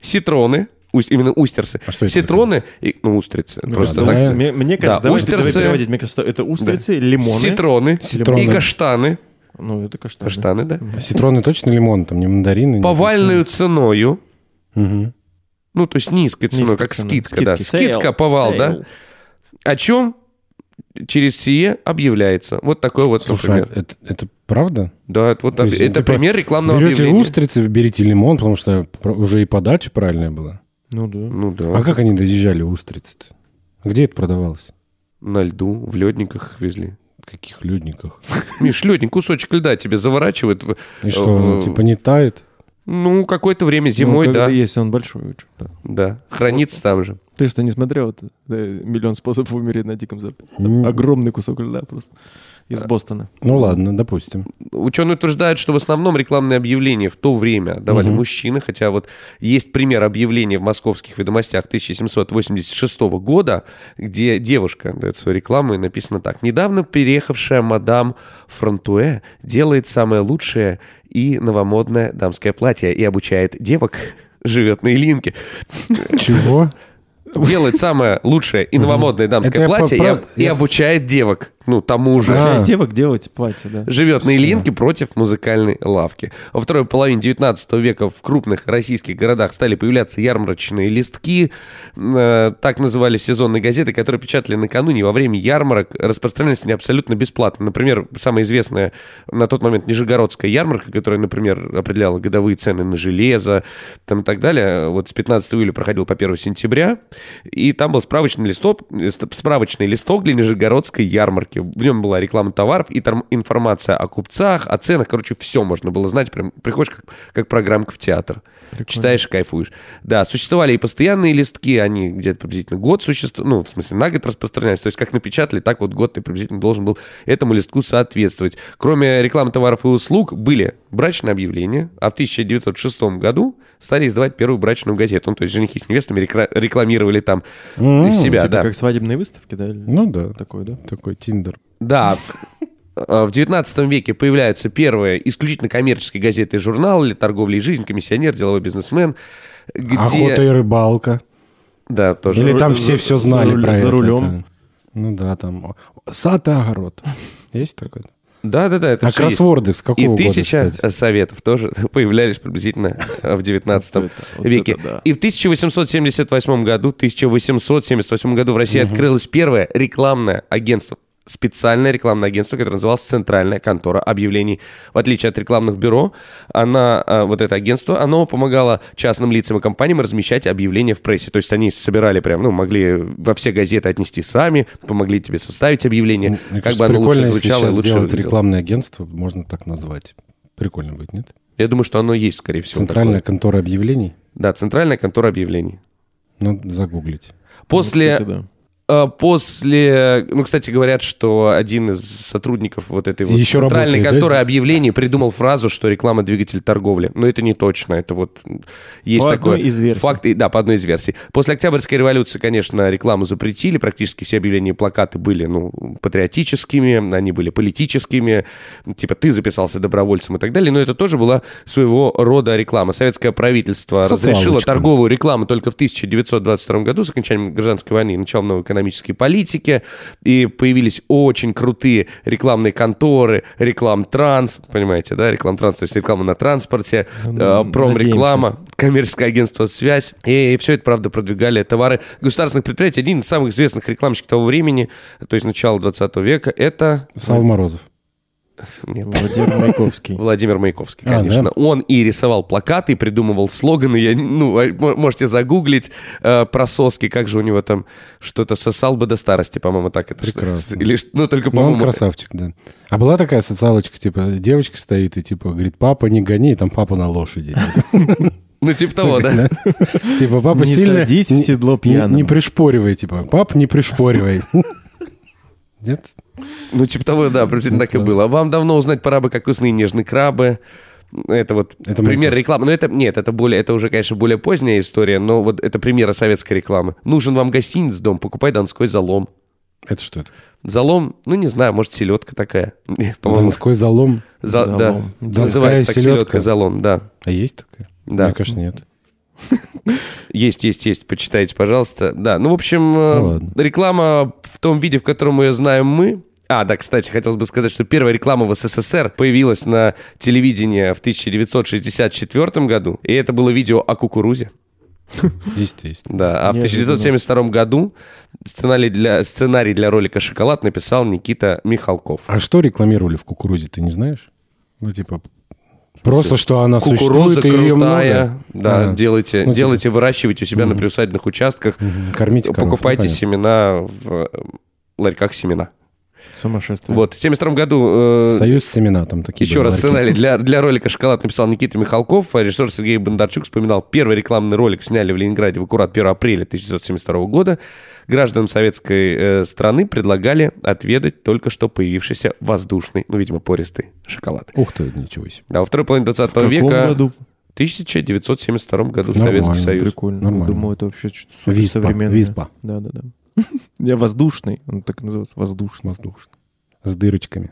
ситроны, Усть- именно устерсы. А что это ситроны, и, ну, устрицы. Просто да. так Э, Мне, мне кажется, да, давайте, давай устрицы- переводить. Мне кажется, это устрицы, лимоны. Ситроны, Ситроны. и каштаны. Ну, это каштаны. Каштаны, да. А Ситроны точно лимон, там не мандарины? не Повальную ценою. апельсины? Мгм. Ну, то есть низкой ценой, Низкой как ценой. скидка, Скидки. да. Сейл, Скидка, повал, да. сейл. О чем через сие объявляется. Вот такой вот, Слушай, например. а это, это правда? Да, это вот То есть, это типа, пример рекламного Берете объявления. устрицы, берите лимон, потому что про- уже и подача правильная была. Ну да. Ну да. А как они доезжали устрицы-то? Где это продавалось? На льду, в ледниках их везли. В каких людниках? Миш, ледник, кусочек льда тебе заворачивает. в- э, И что, оно, в- типа не тает? Ну, какое-то время зимой, Ну, да. когда- Если он большой. очень, да. Да, хранится там же. Ты что, не смотрел? это? Да, миллион способов умереть на Диком Западе. М, Огромный кусок льда просто. Из А. Бостона. Ну ладно, допустим. Ученые утверждают, что в основном рекламные объявления в то время давали Мгм. мужчины, хотя вот есть пример объявления в московских ведомостях 1786 года, где девушка дает свою рекламу и написано так. «Недавно переехавшая мадам Фронтуэ делает самое лучшее и новомодное дамское платье и обучает девок живет на Илинке. Чего? Делает самое лучшее и новомодное Это дамское я по- платье и про- об- и я- обучает девок. Ну, тому же. А. Чай девок делать платье, да. Живет на Ильинке против музыкальной лавки. Во второй половине 19 века в крупных российских городах стали появляться ярмарочные листки. Э, Так называли сезонные газеты, которые печатали накануне во время ярмарок. Распространялись они абсолютно бесплатно. Например, самая известная на тот момент Нижегородская ярмарка, которая, например, определяла годовые цены на железо там и так далее. Вот с 15 июля проходил по 1 сентября. И там был справочный листок, э, ст- справочный листок для Нижегородской ярмарки. В нем была реклама товаров и там информация о купцах, о ценах. Короче, все можно было знать. Прям приходишь как, как программка в театр. Читаешь, кайфуешь. Да, существовали и постоянные листки. Они где-то приблизительно год существовали. Ну, в смысле, на год распространялись. То есть, как напечатали, так вот год ты приблизительно должен был этому листку соответствовать. Кроме рекламы товаров и услуг были брачные объявления. А в 1906 году стали издавать первую брачную газету. Ну, то есть, женихи с невестами рекра- рекламировали там М, из себя. Типа да. как свадебные выставки, да? или Ну да, Такое, да? такой тиндер. Да. Э, В 19 веке появляются первые исключительно коммерческие газеты и журналы «Торговля и жизнь», «Комиссионер», «Деловой бизнесмен», где... Охота и рыбалка. Да, тоже. Или ру- там за- все все за знали руль- про за это, рулем. это. Ну да, там о, сад и огород. Есть такой? Да, да, да, это А всё есть. кроссворды с И какого года, тысяча кстати? советов тоже появлялись приблизительно э, в 19 Вот это, вот веке. это да. И в 1878 году, 1878 году в России открылось первое рекламное агентство. Специальное рекламное агентство, которое называлось Центральная контора объявлений. В отличие от рекламных бюро, она, э, вот это агентство, оно помогало частным лицам и компаниям размещать объявления в прессе. То есть они собирали прям, ну, могли во все газеты отнести сами, помогли тебе составить объявление, Мне как кажется, бы оно лучше прикольно, если звучало и сейчас лучше сделать выглядело. рекламное агентство, можно так назвать. Прикольно будет, нет? Я думаю, что оно есть, скорее всего. Центральная такое. контора объявлений. Да, центральная контора объявлений. Надо загуглить. После, Ну, кстати, э, после, ну, кстати, говорят, что один из сотрудников вот этой вот Еще центральной работает, да? конторы объявлений придумал фразу, что реклама двигатель торговли. Но это не точно, это вот есть По такой одной из версий. факт, и- да, по одной из версий. После Октябрьской революции, конечно, рекламу запретили, практически все объявления и плакаты были, ну, патриотическими, они были политическими, типа ты записался добровольцем и так далее, но это тоже была своего рода реклама. Советское правительство Социалочка. разрешило торговлю торговую рекламу только в 1922 году с окончанием гражданской войны и началом новой экономической политики. И появились очень крутые рекламные конторы, реклам транс, понимаете, да, реклам транс, то есть реклама на транспорте, э, промреклама, коммерческое агентство «Связь». И, все это, правда, продвигали товары государственных предприятий. Один из самых известных рекламщиков того времени, то есть начала 20 века, это... Сава Морозов. Нет. Владимир Маяковский. Владимир Маяковский, А, конечно. да? Он и рисовал плакаты, и придумывал слоганы. Я, не- ну, а, м- можете загуглить э, про соски, как же у него там что-то сосал бы до старости, по-моему, так это. что- Прекрасно. Или, что- ну, только, Ну, он по-моему, красавчик, да. А была такая социалочка, типа, девочка стоит и типа говорит, папа, не гони, и там папа на лошади. ну, типа того, да. Типа, папа Не сильно... садись в не- седло не- пьяным. Не пришпоривай, типа, пап, не пришпоривай. Нет? Ну, типа того, да, приблизительно так и было. А Вам давно узнать пора бы, как вкусные нежные крабы. Это вот Это пример Маяковский. рекламы. Но это нет, это более, это уже, конечно, более поздняя история, но вот это примеры советской рекламы. Нужен вам гостиниц дом, покупай донской залом. Это что это? Залом, ну не знаю, может селедка такая. Не, По-моему, Донской залом. за- залом. да. Донская Называется так селедка. селедка залом, да. А есть такая? Да. Мне кажется, нет. Есть, есть, есть, почитайте, пожалуйста. Да, ну, в общем, э, Ну, ладно. реклама в том виде, в котором ее знаем мы. А, да, кстати, хотелось бы сказать, что первая реклама в СССР появилась на телевидении в 1964 году, и это было видео о кукурузе. Есть, есть. Да, а в Неожиданно. 1972 году сценарий для, сценарий для ролика «Шоколад» написал Никита Михалков. А что рекламировали в кукурузе, ты не знаешь? Ну, типа, просто что она Кукуруза существует, и ее крутая. много. Да, А, делайте, Ну, типа- делайте, выращивайте у себя на приусадебных участках. Кормите коров, ну, Покупайте понятно. семена в э, ларьках семена. Сумасшествие. Вот, в 72 году... э, Союз семена там такие. Еще были раз ларьки. сценарий для, для ролика «Шоколад» написал Никита Михалков, а режиссер Сергей Бондарчук вспоминал, первый рекламный ролик сняли в Ленинграде в аккурат 1 апреля 1972 года. Гражданам советской э, страны предлагали отведать только что появившийся воздушный, ну, видимо, пористый шоколад. Ух ты, ничего себе. А во второй половине 20 В каком века, году? 1972 году, Нормально, Советский Союз. Прикольно. Нормально. Думал, это вообще что-то Виспа, суперсовременное. виспа. Да, да, да. Я воздушный, он так и называется, воздушный. Воздушно. С дырочками.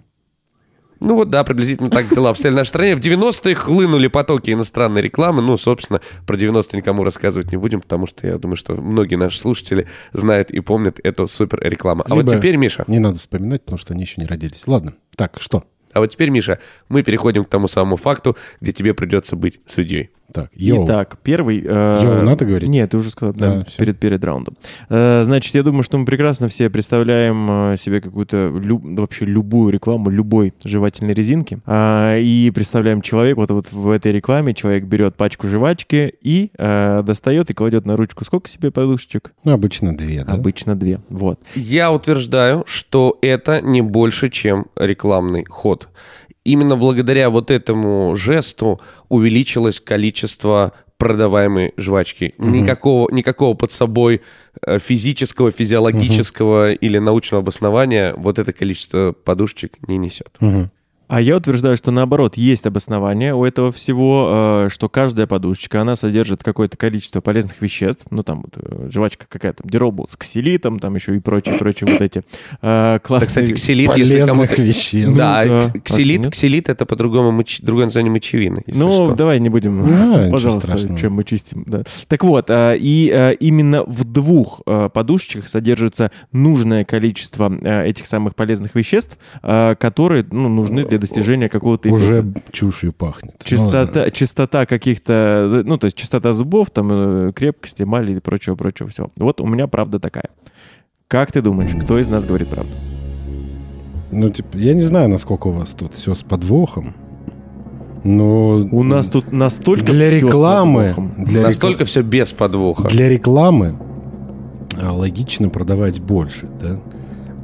Ну вот, да, приблизительно так дела обстояли в нашей стране. В 90-е хлынули потоки иностранной рекламы. Ну, собственно, про 90-е никому рассказывать не будем, потому что я думаю, что многие наши слушатели знают и помнят эту супер рекламу. А вот Либо- теперь, Миша, Не надо вспоминать, потому что они еще не родились. Ладно. Так, что? а вот теперь, Миша, мы переходим к тому самому факту, где тебе придется быть судьей. Так, йоу. Итак, первый... э, Йоу, надо говорить? Нет, ты уже сказал, да, Да, всё. перед, перед раундом. Э, значит, я думаю, что мы прекрасно все представляем э, себе какую-то, лю- да вообще любую рекламу любой жевательной резинки. А, и представляем человека, вот, вот в этой рекламе человек берет пачку жвачки и э, достает и кладет на ручку сколько себе подушечек? Ну, обычно две, да? Обычно две. Вот. Я утверждаю, что это не больше, чем рекламный ход. Именно благодаря вот этому жесту увеличилось количество продаваемой жвачки. Никакого, никакого под собой э, физического, физиологического или научного обоснования вот это количество подушечек не несет. Мгм. А я утверждаю, что наоборот, есть обоснование у этого всего, э, что каждая подушечка, она содержит какое-то количество полезных веществ, ну там вот, э, жвачка какая-то, дирол с ксилитом, там еще и прочие, прочие вот эти э, Да, классные... кстати, ксилит, если Полезных кому-то... вещей. Да, Ну, да. к- А что, ксилит, нет? ксилит это по-другому моч- другое название мочевины. если Ну, что. давай не будем, Да, ничего пожалуйста, страшного. чем мы чистим. да. Так вот, а, и а, именно в двух а, подушечках содержится нужное количество а, этих самых полезных веществ, а, которые ну, нужны для достижения какого-то эффекта. Уже чушью пахнет. Ну, Чистота, чистота каких-то, ну, то есть чистота зубов, там, э, крепкость, эмали и прочего-прочего всего. Вот у меня правда такая. Как ты думаешь, кто из нас говорит правду? Ну, типа, я не знаю, насколько у вас тут все с подвохом, но... У нас тут настолько для всё с рекламы... подвохом. Для Настолько все без подвоха. Для рекламы а, логично продавать больше, да?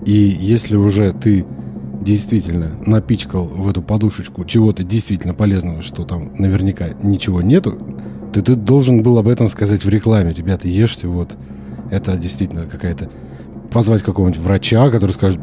И если уже ты действительно напичкал в эту подушечку чего-то действительно полезного, что там наверняка ничего нету, то ты должен был об этом сказать в рекламе. Ребята, ешьте, вот это действительно какая-то... Позвать какого-нибудь врача, который скажет,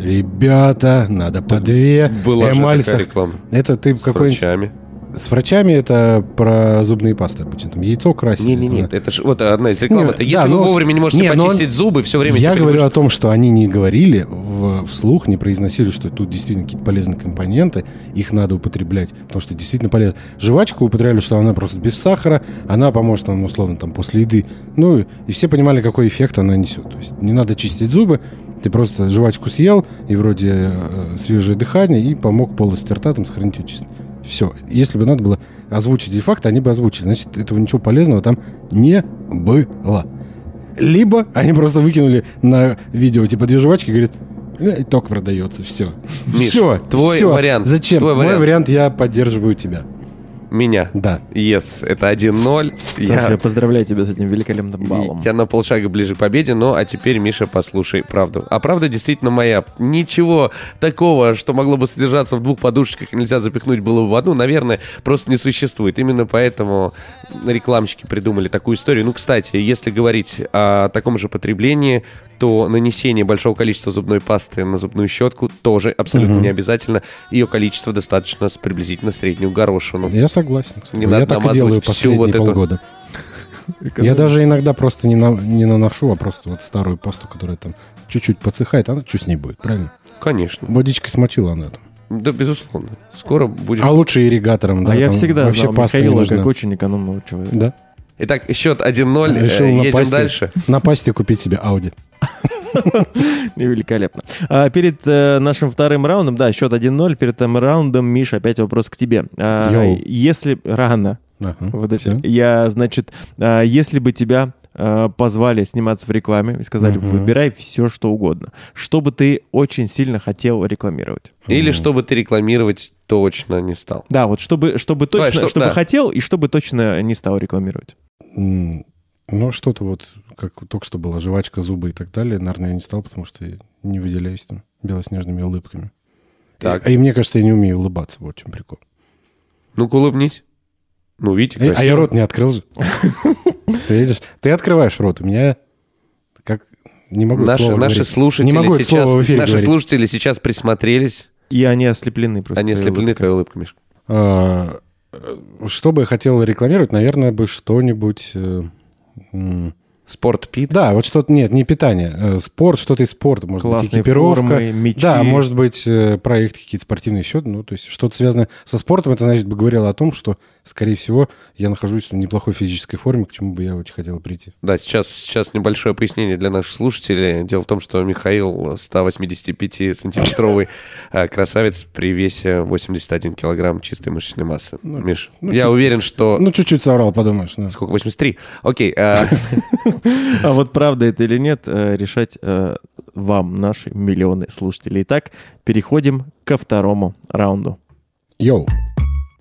ребята, надо по две Была же эмаль такая сох- реклама Это ты с какой-нибудь... врачами. С врачами это про зубные пасты обычно. Там яйцо красить. Не-не-не, это ж, вот одна из реклам. Не, это да, если вы но- вовремя не можете не, но он- почистить зубы, все время Я тебе говорю о придут- том, что они не говорили в- вслух, не произносили, что тут действительно какие-то полезные компоненты, их надо употреблять, потому что действительно полезно. Жвачку употребляли, что она просто без сахара, она поможет нам условно там после еды. Ну и все понимали, какой эффект она несет. То есть не надо чистить зубы, ты просто жвачку съел, и вроде э, свежее дыхание, и помог полость рта там сохранить ее чисто. Все. Если бы надо было озвучить эти факты, они бы озвучили. Значит, этого ничего полезного там не было. Либо они просто выкинули на видео, типа, две жвачки, говорят, э, итог продается, все. Миш, все, твой вариант, Зачем? твой Мой вариант. вариант, я поддерживаю тебя. Меня. Да. Yes, это 1-0. Саша, я Я, поздравляю тебя с этим великолепным баллом. я на полшага ближе к победе, ну а теперь, Миша, послушай правду. А правда действительно моя. Ничего такого, что могло бы содержаться в двух подушечках, и нельзя запихнуть было бы в одну, наверное, просто не существует. Именно поэтому рекламщики придумали такую историю. Ну, кстати, если говорить о таком же потреблении, то нанесение большого количества зубной пасты на зубную щетку тоже абсолютно не обязательно. Ее количество достаточно с приблизительно среднюю горошину. Я согласен. с тобой. Не надо я так и намазывать делаю всю последние вот эту- полгода. Я даже иногда просто не, на- не наношу, а просто вот старую пасту, которая там чуть-чуть подсыхает, она что с ней будет, правильно? Конечно. Водичкой смочила она там. Да, безусловно. Скоро будешь... А лучше ирригатором, да. а я там всегда вообще знал паста не Михаила нужна. как очень экономного человека. Да. Итак, счет 1-0. Э, Решил Едем напасть. дальше. Напасть и купить себе Audi. Великолепно. А перед э, нашим вторым раундом, да, счет 1-0, перед вторым раундом, Миша, опять вопрос к тебе. А, Йоу. если... Рано. Ага, Вот это- всё. Я, значит, а, если бы тебя а, позвали сниматься в рекламе и сказали, Мгм. выбирай все, что угодно, что бы ты очень сильно хотел рекламировать. Или чтобы ты рекламировать точно не стал. Да, вот чтобы, чтобы точно, что- чтобы да. хотел и чтобы точно не стал рекламировать. М, Ну, что-то вот, как только что была жвачка, зубы и так далее, наверное, я не стал, потому что я не выделяюсь там белоснежными улыбками. Так. И, и мне кажется, я не умею улыбаться, вот в чем прикол. Ну-ка, улыбнись. Ну, видите, Э, красиво. а я рот не открыл же. Ты видишь? Ты открываешь рот, у меня как... Не могу это Наши, слово наши говорить. слушатели Не могу это сейчас, слово в эфире наши говорить. слушатели сейчас присмотрелись. И они ослеплены просто. Они ослеплены твоей улыбкой, Мишка. А, э, Что бы я хотел рекламировать, наверное, бы что-нибудь... э, м, Спорт Пит. Да, вот что-то... Нет, не питание. э, Спорт, что-то из спорта. Может быть, Классные экипировка. формы, мечи. Да, может быть, э, проект какие-то спортивные счеты. Ну, то есть что-то связанное со спортом. Это, значит, бы говорило о том, что, скорее всего, я нахожусь в неплохой физической форме, к чему бы я очень хотел прийти. Да, сейчас, сейчас небольшое пояснение для наших слушателей. Дело в том, что Михаил 185-сантиметровый э, красавец при весе 81 килограмм чистой мышечной массы. Миш, ну, я чуть- уверен, что... Ну, чуть-чуть соврал, подумаешь. да. Сколько? 83. Окей. э, А вот правда это или нет, э, решать э, вам, наши миллионы слушателей. Итак, переходим ко второму раунду. Йоу.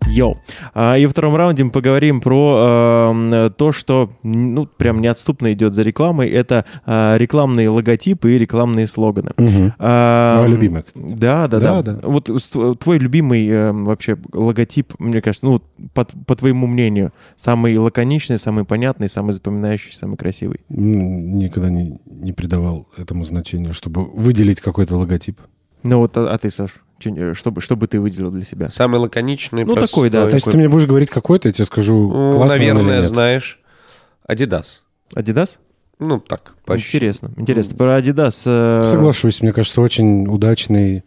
Йоу. А, И во втором раунде мы поговорим про эм, то, что ну прям неотступно идет за рекламой. Это э, рекламные логотипы и рекламные слоганы. Мгм. А, Моя любимая, кстати. Да, да, да, Да, да. Вот с- твой любимый э, вообще логотип, мне кажется, ну, вот по, по твоему мнению, самый лаконичный, самый понятный, самый запоминающийся, самый красивый. М, Никогда не, не придавал этому значения, чтобы выделить какой-то логотип. Ну вот, а, а ты, Саш, чё- э, что, бы- что бы ты выделил для себя? Самый лаконичный, Ну, такой, простой. да, То есть Какой? ты мне будешь говорить какой-то, я тебе скажу, Ну, классный он или наверное, нет. знаешь. Адидас. Adidas? Ну, так, почти. Интересно, интересно. Про Adidas... э, Ну, Соглашусь, мне кажется, очень удачный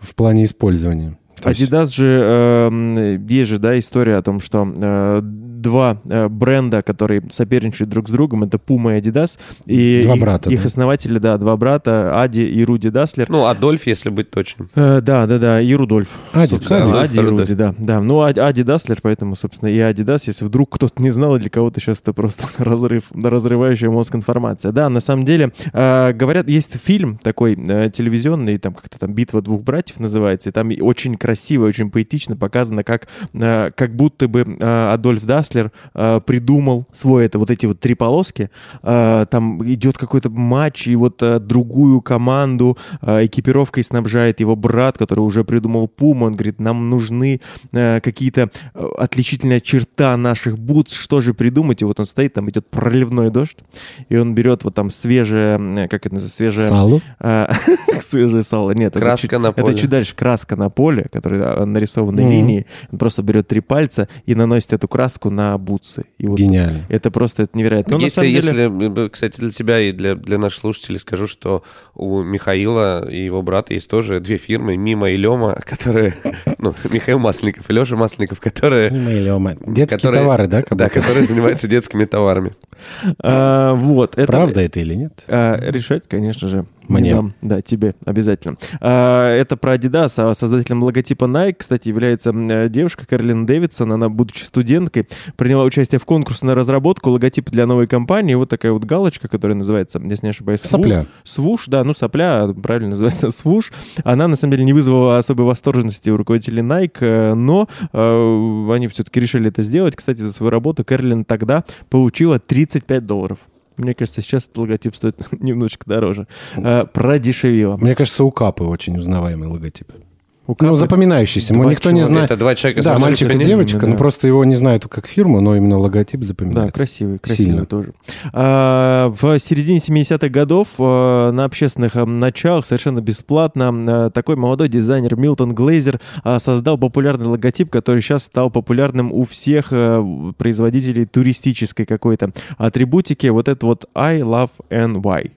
в плане использования. То есть- Adidas же, э, м, есть же, да, история о том, что э, два э, бренда, которые соперничают друг с другом, это Puma и Adidas. И Два и- брата, Их да. основатели, да, два брата, Ади и Руди Даслер. Ну, Адольф, если быть точным. Э, да, да, да, и Рудольф. Ади, собственно, кстати, да. Ади и Рудольф. Руди, да, да. Ну, А- Ади Даслер, поэтому, собственно, и Адидас, если вдруг кто-то не знал, для кого-то сейчас это просто разрыв, да, разрывающая мозг информация. Да, на самом деле, э, говорят, есть фильм такой э, телевизионный, там как-то там «Битва двух братьев» называется, и там и очень красиво, и очень поэтично показано, как, э, как будто бы э, Адольф Даслер э, придумал свой, это вот эти вот три полоски, Э, там идет какой-то матч, и вот э, другую команду э, экипировкой снабжает его брат, который уже придумал Пуму. Он говорит, нам нужны э, какие-то э, отличительная черта наших бутс, что же придумать? И вот он стоит, там идет проливной дождь, и он берет вот там свежее, м, э, как это называется, свежее... Салу. а, свежее сало. Нет, это Краска чуть- это, на поле. чуть дальше краска на поле, которая нарисована Мгм. линией. Он просто берет три пальца и наносит эту краску на бутсы. И вот Гениально. это просто это невероятно. Но Ну, на если, самом деле- если, э, кстати, для тебя и для, для наших слушателей скажу, что у Михаила и его брата есть тоже две фирмы, Мима и Лема, которые... Ну, Михаил Масленников и Леша Масленников, которые... Детские которые- товары, да? как Да, будто? которые занимаются детскими товарами. А, вот, это... Правда это или нет? А, э, решать, конечно же, Мне. Не нам, да, тебе обязательно. А, это про Adidas, а создателем логотипа Nike, кстати, является э, девушка Кэролин Дэвидсон. Она, будучи студенткой, приняла участие в конкурсе на разработку логотипа для новой компании. Вот такая вот галочка, которая называется, если не ошибаюсь, «Сву». Сопля. Свуш, да, ну сопля, правильно называется свуш. Она, на самом деле, не вызвала особой восторженности у руководителей Nike, э, но э, они все-таки решили это сделать. Кстати, за свою работу Кэролин тогда получила 35 долларов. Мне кажется, сейчас этот логотип стоит немножечко дороже. Э, Продешевила. Мне кажется, у Капы очень узнаваемый логотип. У Ну, Капы запоминающийся. два Мы никто не человека. знает. Это два человека. Да, смотрели, мальчик и как они- девочка, да. ну просто его не знают как фирму, но именно логотип Да, запоминается. красивый, красивый Сильно. тоже. А, в середине 70-х годов а, на общественных а, началах совершенно бесплатно а, такой молодой дизайнер Милтон Глейзер а, создал популярный логотип, который сейчас стал популярным у всех а, производителей туристической какой-то атрибутики. Вот это вот I love NY.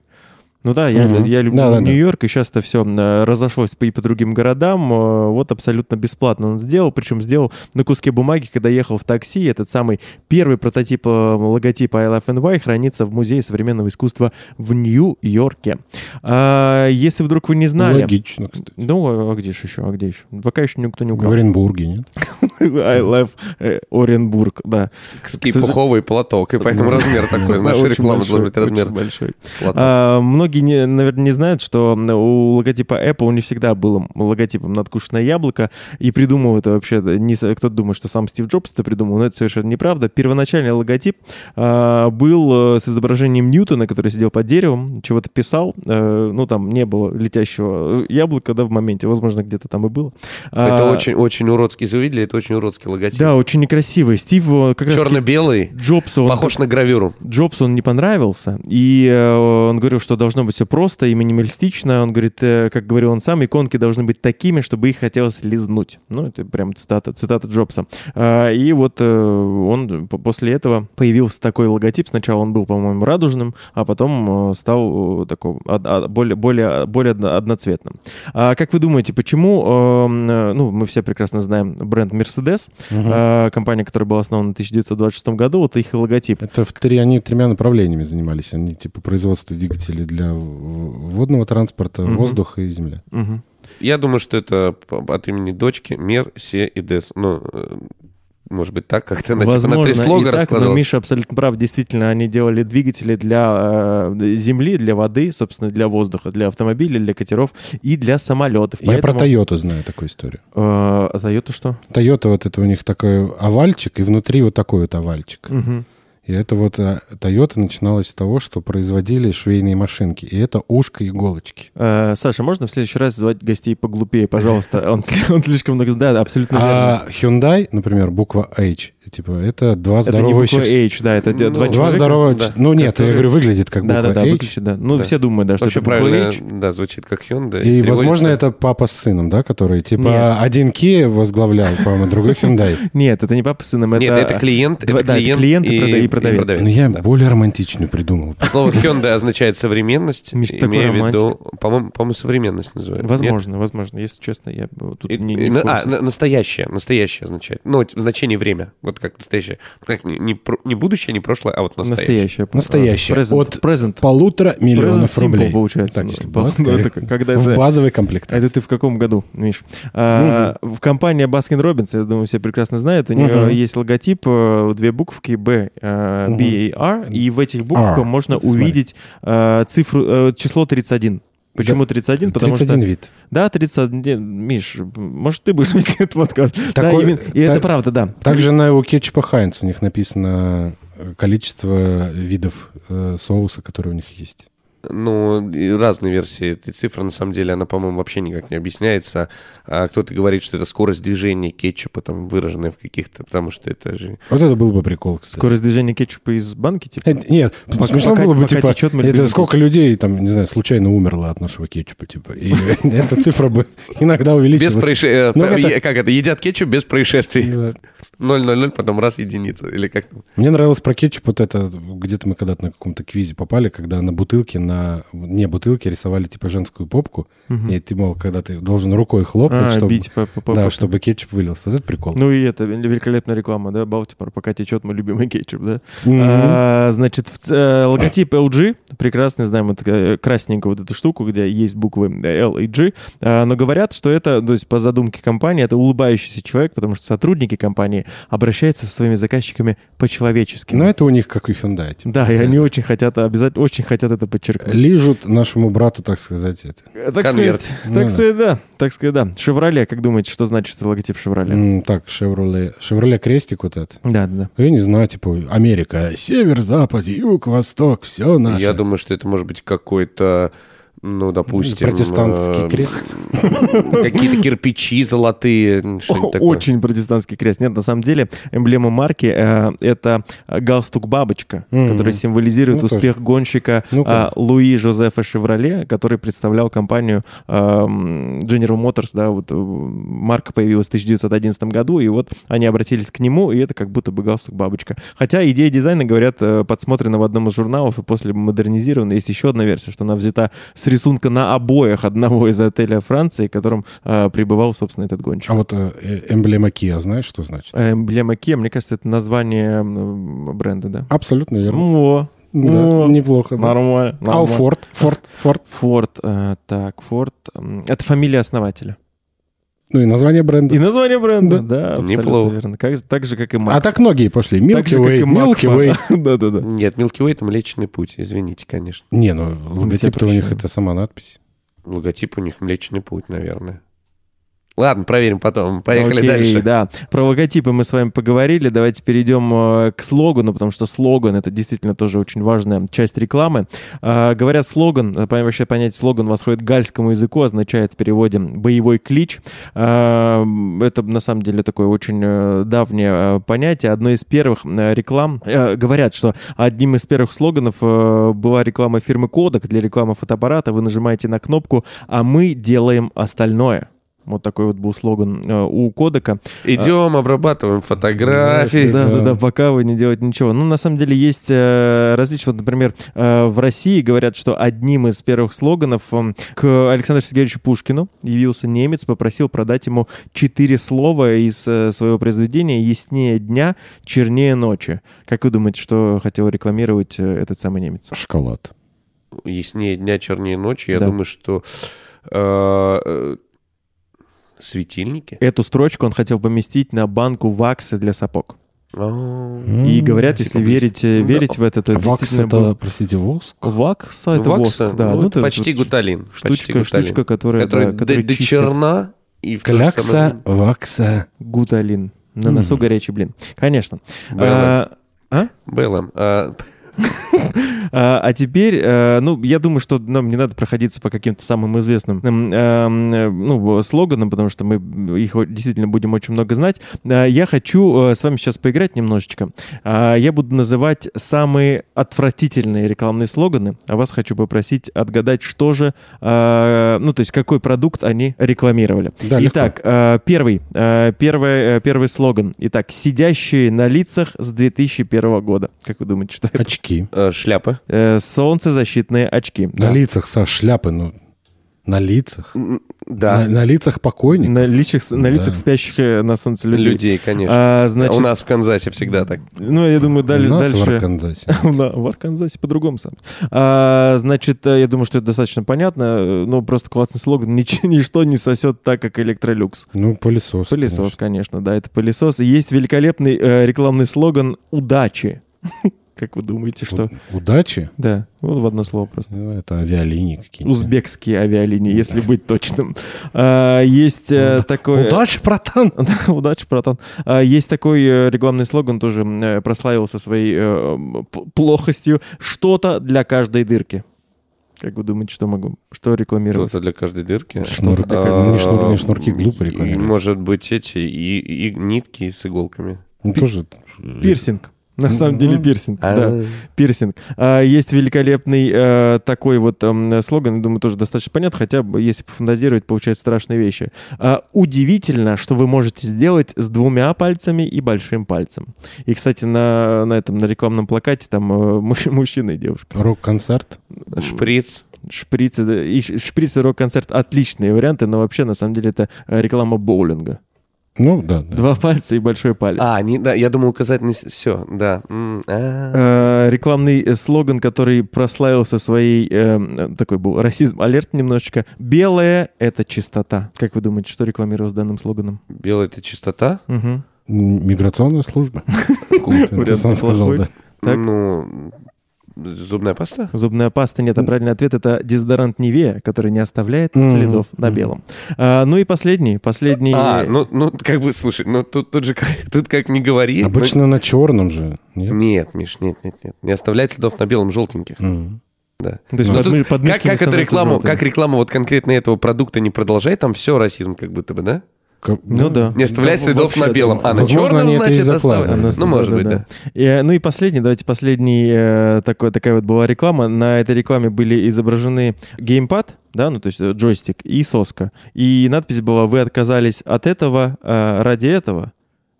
Ну да, я, Мгм. я люблю Да-да-да. Нью-Йорк, и сейчас-то все а, разошлось по, и по другим городам. Э, Вот абсолютно бесплатно он сделал, причем сделал на куске бумаги, когда ехал в такси. Этот самый первый прототип э, логотипа I Love NY хранится в Музее современного искусства в Нью-Йорке. А, если вдруг вы не знали... Ну, Логично, кстати. Ну, а где же еще, а где еще? Пока еще никто не В украл. Оренбурге, нет? I love э, Оренбург, да. И К сожа- пуховый платок, и поэтому Да. размер такой. Да, Знаешь, очень реклама большой, должен быть размер очень большой. платок. А, многие, не, наверное, не знают, что у логотипа Apple не всегда было логотипом надкушенное яблоко, и придумал это вообще не с- кто-то думает, что сам Стив Джобс это придумал, но это совершенно неправда. Первоначальный логотип а, был э, с изображением Ньютона, который сидел под деревом, чего-то писал, э, ну там не было летящего э, яблока, да, в моменте, возможно, где-то там и было. Это А, очень-очень уродский, если вы видели, это очень уродский логотип. Да, очень некрасивый. Стив э, как раз Черно-белый, Джобсу он похож на гравюру. Джобсу он не понравился, и э, он говорил, что должно быть все просто и минималистично. Он говорит, э, как говорил он сам, иконки должны быть такими, чтобы их хотелось лизнуть. Ну, это прям цитата, цитата Джобса. А, И вот э, он п- после этого появился такой логотип. Сначала он был, по-моему, радужным, а потом э, стал э, такой од- од- более, более, более одно- одноцветным. А Как вы думаете, почему, э, м, э, ну, мы все прекрасно знаем бренд Mercedes, э, компания, которая была основана в 1926 году, вот их и логотип. Это в три, они тремя направлениями занимались. Они типа производство двигателей для в- водного транспорта, Мгм. воздуха и земли. Мгм. Я думаю, что это по- от имени дочки Мер, Се и Дес. Ну, э, может быть, так как-то на, типа, на Возможно, три слога и так, но раскладывалось. Миша абсолютно прав. Действительно, они делали двигатели для э, земли, для воды, собственно, для воздуха, для автомобилей, для катеров и для самолетов. Я про Поэтому, Тойоту знаю такую историю. э, а Toyota что? Тойота вот это у них такой овальчик, и внутри вот такой вот овальчик. Мгм. И это вот э, Тойота начиналась с того, что производили швейные машинки. И это ушко иголочки. Э, Саша, можно в следующий раз звать гостей поглупее, пожалуйста? Он, сли- он слишком много... Да, абсолютно верно. А Hyundai, например, буква H, типа это два Это не буква здоровающих... H, да, это де- Ну, два Два человека. здоровых... да, ну нет, я которые- говорю, выглядит как буква Да-да-да, H. выключи, да. Ну, Да. все думают, да, что Вообще это буква правильно, H. да, звучит как Hyundai. И, возможно, переводится- это папа с сыном, да, который типа Нет. один Kia возглавлял, по-моему, другой Hyundai. Нет, это не папа с сыном, это... Нет, это клиент, Два- это да, это клиент, клиент и прода- и продавец. Ну, я да. более романтичную придумал. Слово Hyundai означает современность, Миш, такой имея в виду, по-моему, по-моему, современность называют. Нет? Возможно, возможно, если честно, я э, тут И- не, и- не в на- курсе. а, на- настоящее, настоящее означает. Ну, т- в значении время. Вот как настоящее. Как не, не про- не будущее, не прошлое, а вот настоящее. Настоящее. Настоящее. Present. От Present. Полутора Present миллионов simple рублей. получается. Так, Ну, если по- базовый- ну, это как- когда в это- А базовой Это комплектации. ты в каком году, Миш? А, В компании Баскин Робинс, я думаю, все прекрасно знают, у нее Мгм. есть логотип, э, две буковки B, э, Мгм. B, A, R, и в этих буквах R. можно Смотри. увидеть э, цифру, э, число 31. Почему 31? Потому 31 что... вид. Да, 31. Миш, может, ты будешь вести этот подкаст? Да, Такой- именно- и это так- правда, да. Также на у кетчупа Хайнц у них написано э, количество видов э, соуса, которые у них есть. Ну, и разные версии этой цифры, на самом деле, она, по-моему, вообще никак не объясняется. А кто-то говорит, что это скорость движения кетчупа, там, выраженная в каких-то, потому что это же... Вот это был бы прикол, кстати. Скорость движения кетчупа из банки, типа? Э, Нет, Пока- смешно пока- было бы, пока типа, течет, мы любим это сколько людей, там, не знаю, случайно умерло от нашего кетчупа, типа, и эта цифра бы Без иногда э, увеличилась. происшествий... Ну, это- Как это? Едят кетчуп без происшествий. Да. 0-0-0, потом раз единица. Или как там? Мне нравилось про кетчуп вот это, где-то мы когда-то на каком-то квизе попали, когда на бутылке, на не бутылке рисовали типа женскую попку, и ты, мол, когда ты должен рукой хлопнуть, А, чтобы, бить по- по- по- да, по- чтобы кетчуп вылился. Вот это прикол. Ну и это великолепная реклама, да, Балтимор, пока течет мой любимый кетчуп, да? Мгм. А, значит, в ц- э, логотип LG, прекрасно знаем это, э, красненькую вот эту штуку, где есть буквы L и G, А, но говорят, что это, то есть по задумке компании, это улыбающийся человек, потому что сотрудники компании обращаются со своими заказчиками по-человечески. Ну, это у них как у Hyundai. типа. Да, и они очень хотят, обязательно очень хотят это подчеркнуть. Лижут нашему брату, так сказать, это. Э, Так Конверт. сказать, Ну так да. сказать, да. Так сказать, да. Шевроле, как думаете, что значит логотип Шевроле? М, Так, Шевроле. Шевроле крестик вот этот. Да, да, да. Ну, Я не знаю, типа, Америка, север, запад, юг, восток, все наше. Я думаю, что это может быть какой-то, ну, допустим... Протестантский э, крест. Какие-то кирпичи золотые, м, что-нибудь такое. Очень протестантский крест. Нет, на самом деле эмблема марки э, это галстук бабочка, Мгм. который символизирует Ну, тоже. успех гонщика Ну, э, конечно. Луи Жозефа Шевроле, который представлял компанию э, м, General Motors. Да, вот э, марка появилась в 1911 году, и вот они обратились к нему, и это как будто бы галстук бабочка. Хотя идея дизайна, говорят, э, подсмотрена в одном из журналов и после модернизирована. Есть еще одна версия, что она взята с рисунка на обоях одного из отеля Франции, в котором э, пребывал, собственно, этот гонщик. А вот э, э, эмблема Kia, знаешь, что значит? А Эмблема Kia, мне кажется, это название м, бренда, да? Абсолютно верно. О, Да, о, неплохо. да. нормально. А у Ну, нормально. Форд? Форд, Форд. Форд, э, так, Форд. м, Это фамилия основателя. Ну и название бренда. И название бренда, да, абсолютно Неплохо. верно. Как, так же, как и А Марк. так многие пошли. так Milky же, как Way, и Марк. Milky Way. Да-да-да. Нет, Milky Way — это Млечный Путь, извините, конечно. Не, ну логотип-то у прощаю. них это сама надпись. Логотип у них Млечный Путь, наверное. Ладно, проверим потом. Поехали Окей, дальше. да. Про логотипы мы с вами поговорили. Давайте перейдем э, к слогану, потому что слоган — это действительно тоже очень важная часть рекламы. А, Говорят слоган, э, пон- вообще понятие слоган восходит к гальскому языку, означает в переводе «боевой клич». А, м, Это, на самом деле, такое очень э, давнее э, понятие. Одно из первых э, реклам... э, Говорят, что одним из первых слоганов э, была реклама фирмы «Кодек» для рекламы фотоаппарата. Вы нажимаете на кнопку «А мы делаем остальное». Вот такой вот был слоган э, у Кодека. Идем, обрабатываем фотографии. Да, да, да. да, пока вы не делаете ничего. Ну, на самом деле, есть э, различия. Вот, например, э, в России говорят, что одним из первых слоганов э, к Александру Сергеевичу Пушкину явился немец, попросил продать ему четыре слова из э, своего произведения «Яснее дня, чернее ночи». Как вы думаете, что хотел рекламировать э, этот самый немец? Шоколад. яснее дня, чернее ночи. Я Да. думаю, что э, э, светильники. Эту строчку он хотел поместить на банку ваксы для сапог. А, И говорят, если блестит. верить, э, Да. верить в это, то это М-м. Вакс действительно был- это, простите, воск? Вакса это вакса, воск, да. ну, Ну, это это почти вот гуталин. почти Штучка, гуталин, штучка, которая, которая да, которая до- до чистит черна и в то же Клякса, самое вакса. гуталин. На носу Мгм. горячий блин. Конечно. время- А, а? Белла, а, А, а теперь, э, ну, я думаю, что нам не надо проходиться по каким-то самым известным эм, эм, э, ну, слоганам, потому что мы их о- действительно будем очень много знать. А, Я хочу э, с вами сейчас поиграть немножечко. А, Я буду называть самые отвратительные рекламные слоганы, а вас хочу попросить отгадать, что же, э, ну, то есть какой продукт они рекламировали. Да, легко. Итак, э, первый, э, первый, э, первый слоган. Итак, «Сидящие на лицах с 2001 года». Как вы думаете, что это? Очки. э, шляпы. Э, солнцезащитные очки. На Да. лицах, Саш, шляпы, ну, на лицах. М, На, Да, на лицах покойник. На лицах, на Да. лицах спящих э, на солнце людей. людей, конечно. А, у значит, нас в Канзасе всегда так. ну, я думаю, дали- У нас в дальше... Арканзасе. Да, в Арканзасе по-другому сам. А, значит, э, я думаю, что это достаточно понятно. Ну, просто классный слоган. «Нич- Ничто не сосет так, как электролюкс. Ну, пылесос. Пылесос, конечно. да, это пылесос. И Есть великолепный э, рекламный слоган «Удачи». Как вы думаете, что? конечно. У- Удачи. Да, вот в одно слово просто. Ну, это авиалинии какие-то. Узбекские авиалинии, если быть точным. А, Есть э, такое... Удачи, братан! Да, Удачи, братан. А, Есть такой э, рекламный слоган, тоже м, э, прославился своей э, м, п- плохостью. Что-то для каждой дырки. Как вы думаете, что могу? Что рекламировать? Что-то для каждой дырки. Шнур- Что-то для А, каждой- ну, не шнур- не шнурки глупо И- рекламировать. Может быть, эти и, и нитки с иголками. Ну, тоже... Пирсинг. На самом деле Ну, пирсинг. Да. А, Пирсинг. А, Есть великолепный э, такой вот эм, слоган, я думаю, тоже достаточно понятно, хотя бы если пофантазировать, получаются страшные вещи. А, Удивительно, что вы можете сделать с двумя пальцами и большим пальцем. И, кстати, на, на этом на рекламном плакате там э, муж- мужчина и девушка. Рок-концерт. Шприц. Шприц, это- и ш- шприц и рок-концерт отличные варианты, но вообще на самом деле это э, реклама боулинга. Ну, да, да. Два пальца и большой палец. А, не, да, я думал указательный... Все, да. М, а. Э, рекламный э, слоган, который прославился своей, э, э, такой был расизм, алерт немножечко. Белое — это чистота. Как вы думаете, что рекламировалось данным слоганом? Белая — это чистота? Мгм. М, Миграционная служба. Ты- Ты Вариант сам сказал, плохой. да. Так. Ну, зубная паста? Зубная паста нет, а правильный ответ — это дезодорант Невея, который не оставляет Мгм. следов на Мгм. белом. А, ну и последний, последний... А, ну, ну, как бы, слушай, ну, тут, тут же, как- тут как не говори. ну, Обычно на черном же. А нет? Нет, Миш, нет, нет, нет. Не оставляет следов на белом желтеньких. М. Да. То есть Ну, подмы- тут подмышки как, не как это становятся рекламу, желтыми. как реклама вот конкретно этого продукта не продолжает, там все расизм как будто бы, да? Как- Ну да. Не оставляет Ну, следов на вообще, белом, а на возможно, черном, они это и значит, закладывали. оставляют. Она- Ну, может быть, да. И, э, ну и последний, давайте последний, э, такой, такая вот была реклама. На этой рекламе были изображены геймпад, да, ну то есть э, джойстик и соска. И надпись была «Вы отказались от этого э, ради этого».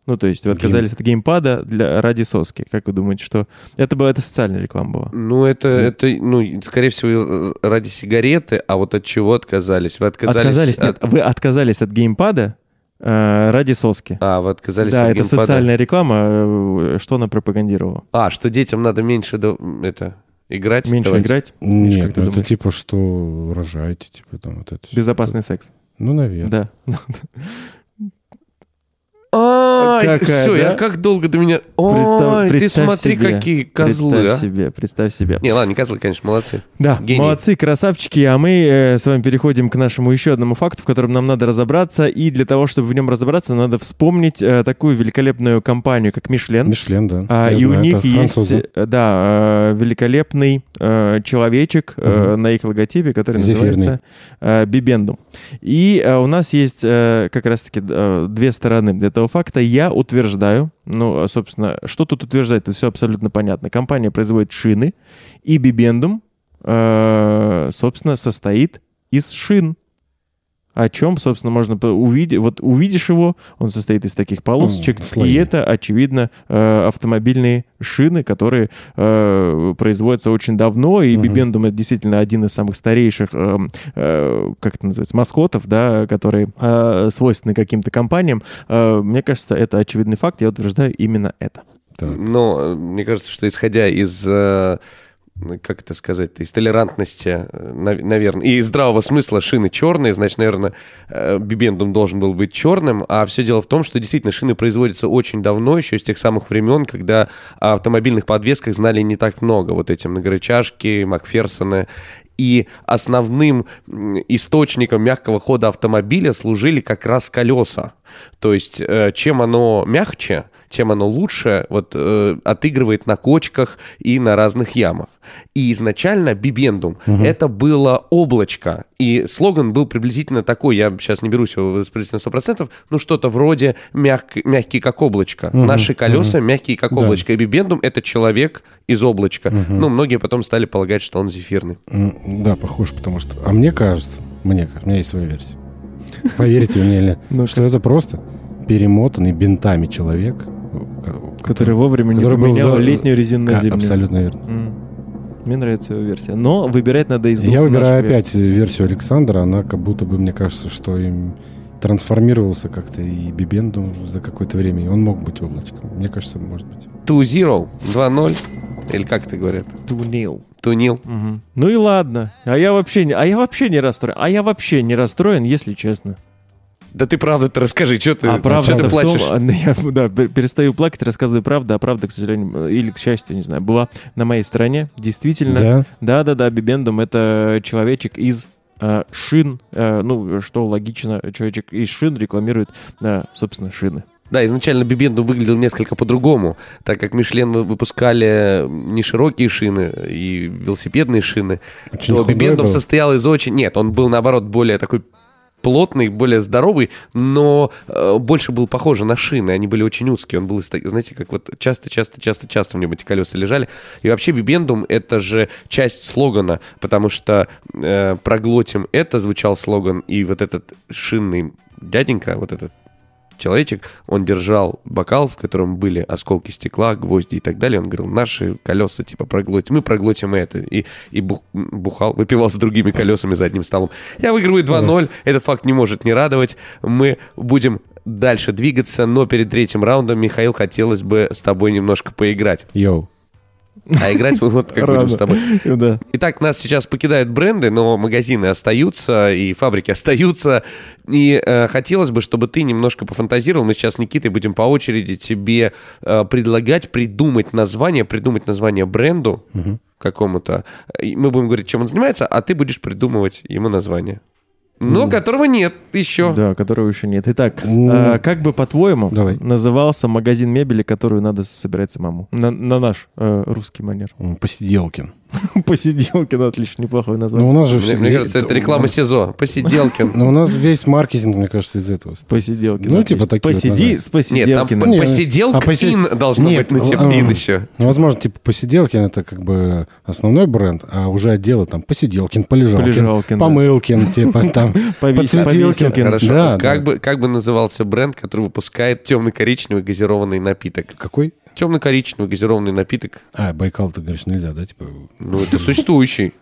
Ну, то есть вы отказались от геймпада для, ради соски. Как вы думаете, что... Это была, это социальная реклама была. Ну, это, это, ну, скорее всего, э, ради сигареты, а вот от чего отказались? Вы отказались, Отказались, нет, от- вы отказались от геймпада э, ради соски. А, вы отказались да, от это геймпада. социальная реклама, э, что она пропагандировала. А, что детям надо меньше до- это, играть? Меньше Давайте. играть, Миш, Нет, как ты ну это думаешь? типа, что рожайте, типа там вот это всё. безопасный секс. Ну, наверное. Да. А, Какая, все, я да? как долго до меня... Представ- Ой, ты представь смотри, себе, какие козлы, Представь а. себе, представь себе. Не, ладно, не козлы, конечно, молодцы. Да, Гений. молодцы, красавчики. А мы э, с вами переходим к нашему еще одному факту, в котором нам надо разобраться. И для того, чтобы в нем разобраться, надо вспомнить э, такую великолепную компанию, как Мишлен. Мишлен, да. А, Я и у знаю, них это есть, французы. э, да, э, великолепный э, человечек э, на их логотипе, который Зефирный. называется э, Бибендум. И э, у нас есть э, как раз-таки э, две стороны этого факта. Я утверждаю, ну, э, собственно, что тут утверждать, это все абсолютно понятно. Компания производит шины, и Бибендум, э, собственно, состоит из шин. О чем, собственно, можно увидеть. Вот увидишь его, он состоит из таких полосочек, Ну, и слои. это, очевидно, э, автомобильные шины, которые э, производятся очень давно, и Мгм. Бибендум это действительно один из самых старейших, эм, э, как это называется, маскотов, да, которые э, свойственны каким-то компаниям. Э, мне кажется, это очевидный факт, я утверждаю именно это. Так. Но э, мне кажется, что исходя из, э, ну, как это сказать, из толерантности, наверное, и из здравого смысла шины черные, значит, наверное, бибендум должен был быть черным. А все дело в том, что действительно шины производятся очень давно, еще с тех самых времен, когда о автомобильных подвесках знали не так много. Вот эти многорычажки, Макферсоны. И основным м, источником мягкого хода автомобиля служили как раз колеса. То есть э, чем оно мягче, тем оно лучше вот, э, отыгрывает на кочках и на разных ямах. И изначально бибендум это было облачко. И слоган был приблизительно такой, я сейчас не берусь его воспроизвести на 100%, ну что-то вроде «мяг- «мягкий как облачко». Наши колеса мягкие как облачко. И бибендум это человек из облачка. Ну, многие потом стали полагать, что он зефирный. М, Да, похож, потому что... А мне кажется, мне кажется, у меня есть своя версия. Поверите мне или Ну-ка. нет, что это просто перемотанный бинтами человек, Который вовремя не Который был поменял за- летнюю резину на Ка- зимнюю. Абсолютно верно. М. Мне нравится его версия. Но выбирать надо из двух Я выбираю наших версий. опять версию Александра. Она как будто бы, мне кажется, что им трансформировался как-то и Бибенду за какое-то время. И он мог быть облачком. Мне кажется, может быть. 2-0, 2-0, или как это говорят? Тунил. Тунил. Мгм. Ну и ладно. А я вообще не, а я вообще не расстроен. А я вообще не расстроен, если честно. Да ты правда-то расскажи, что ты, а чё правда ты в том, плачешь? я да, пер- перестаю плакать, рассказываю правду, а правда, к сожалению, или к счастью, не знаю, была на моей стороне. Действительно, Да? да, да, да, Бибендум это человечек из э, шин, Э, ну что логично, человечек из шин рекламирует, э, собственно, шины. Да, изначально Бибенду выглядел несколько по-другому, так как Мишлен вы- выпускали не широкие шины и велосипедные шины, Очень то худой Бибендум был. состоял из очень... Нет, он был, наоборот, более такой плотный, более здоровый, но э, больше был похоже на шины, они были очень узкие, он был, из та- знаете, как вот часто-часто-часто-часто в нем эти колеса лежали. И вообще бибендум — это же часть слогана, потому что э, «проглотим это» звучал слоган, и вот этот шинный дяденька, вот этот человечек, он держал бокал, в котором были осколки стекла, гвозди и так далее. Он говорил, наши колеса, типа, проглотим, мы проглотим это. И, и бух- бухал, выпивал с другими колесами за одним столом. Я выигрываю 2-0, этот факт не может не радовать. Мы будем дальше двигаться, но перед третьим раундом, Михаил, хотелось бы с тобой немножко поиграть. Йоу. А играть мы вот как будем с тобой. Да. Итак, нас сейчас покидают бренды, но магазины остаются, и фабрики остаются. И э, хотелось бы, чтобы ты немножко пофантазировал. Мы сейчас с Никитой будем по очереди тебе э, предлагать придумать название, придумать название бренду какому-то. И мы будем говорить, чем он занимается, а ты будешь придумывать ему название. Но которого нет еще. Да, которого еще нет. Итак, Ну. а, как бы, по-твоему, Давай. назывался магазин мебели, которую надо собирать самому? На, на наш э, русский манер. М, Посиделкин. Посиделки, ну, отлично, неплохое Ну, название. у нас же Мне, все... мне кажется, это реклама СИЗО. Посиделкин. Ну, у нас весь маркетинг, мне кажется, из этого. состоит. Посиделки. Ну, типа такие вот Посиди ну. названия. с Нет, там посиделкиным. Не, посиделкин а посидел- должно Нет, быть, ну, типа, эм, ин еще. Ну, возможно, типа Посиделкин это как бы основной бренд, а уже отделы там Посиделкин, Полежалкин, Полежалкин, да. Помылкин, типа там, Повесь- Повесилкин. Подсветилкин. А Хорошо. Да, как, да. Бы, как бы назывался бренд, который выпускает темно-коричневый газированный напиток? Какой? Темно-коричневый газированный напиток. А, Байкал, ты говоришь, нельзя, да? Типа, Ну, это существующий.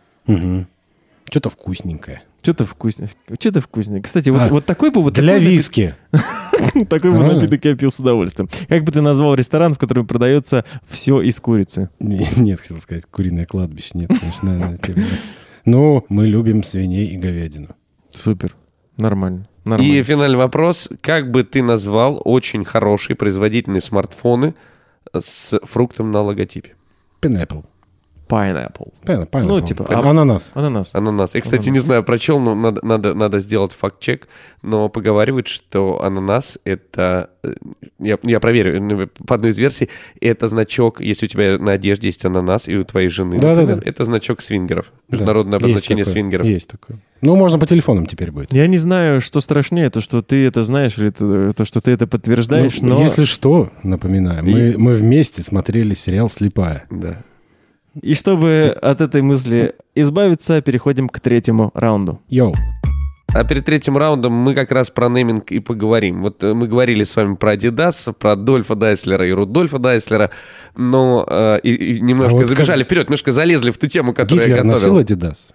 что-то вкусненькое. Что-то вкусненькое. Что-то вкусненькое. Кстати, вот, А, вот такой бы... Вот Для А. такой напиток- виски. Такой бы Нормально? напиток я пил с удовольствием. Как бы ты назвал ресторан, в котором продается все из курицы? Не- Нет, хотел сказать, куриное кладбище. Нет, конечно, наверное, тема, да. Ну, мы любим свиней и говядину. Супер. Нормально. И Нормально. финальный вопрос. Как бы ты назвал очень хорошие производительные смартфоны с фруктом на логотипе? Пинэппл. Pineapple. Пин- Pineapple. Ну, типа, А- ананас. Ананас. Ананас. Я, кстати, не знаю, прочел, но надо, надо, надо сделать факт-чек, но поговаривают, что ананас — это... э, Я, я проверю, ну, по одной из версий, это значок, если у тебя на одежде есть ананас, и у твоей жены, Да-да-да. например, это значок свингеров. Да, Международное есть обозначение такое, свингеров. Есть такое. Ну, можно по телефонам теперь будет. Я не знаю, что страшнее, то, что ты это знаешь, или то, то, что ты это подтверждаешь, Ну, но... Если что, напоминаю, мы, мы вместе смотрели сериал «Слепая». Да. И чтобы от этой мысли избавиться, переходим к третьему раунду. Йоу. А перед третьим раундом мы как раз про нейминг и поговорим. Вот э, мы говорили с вами про Adidas, про Дольфа Дайслера и Рудольфа Дайслера, но э, и, и немножко А вот как- забежали вперед, немножко залезли в ту тему, которую я Гитлер готовил. носил «Адидас»?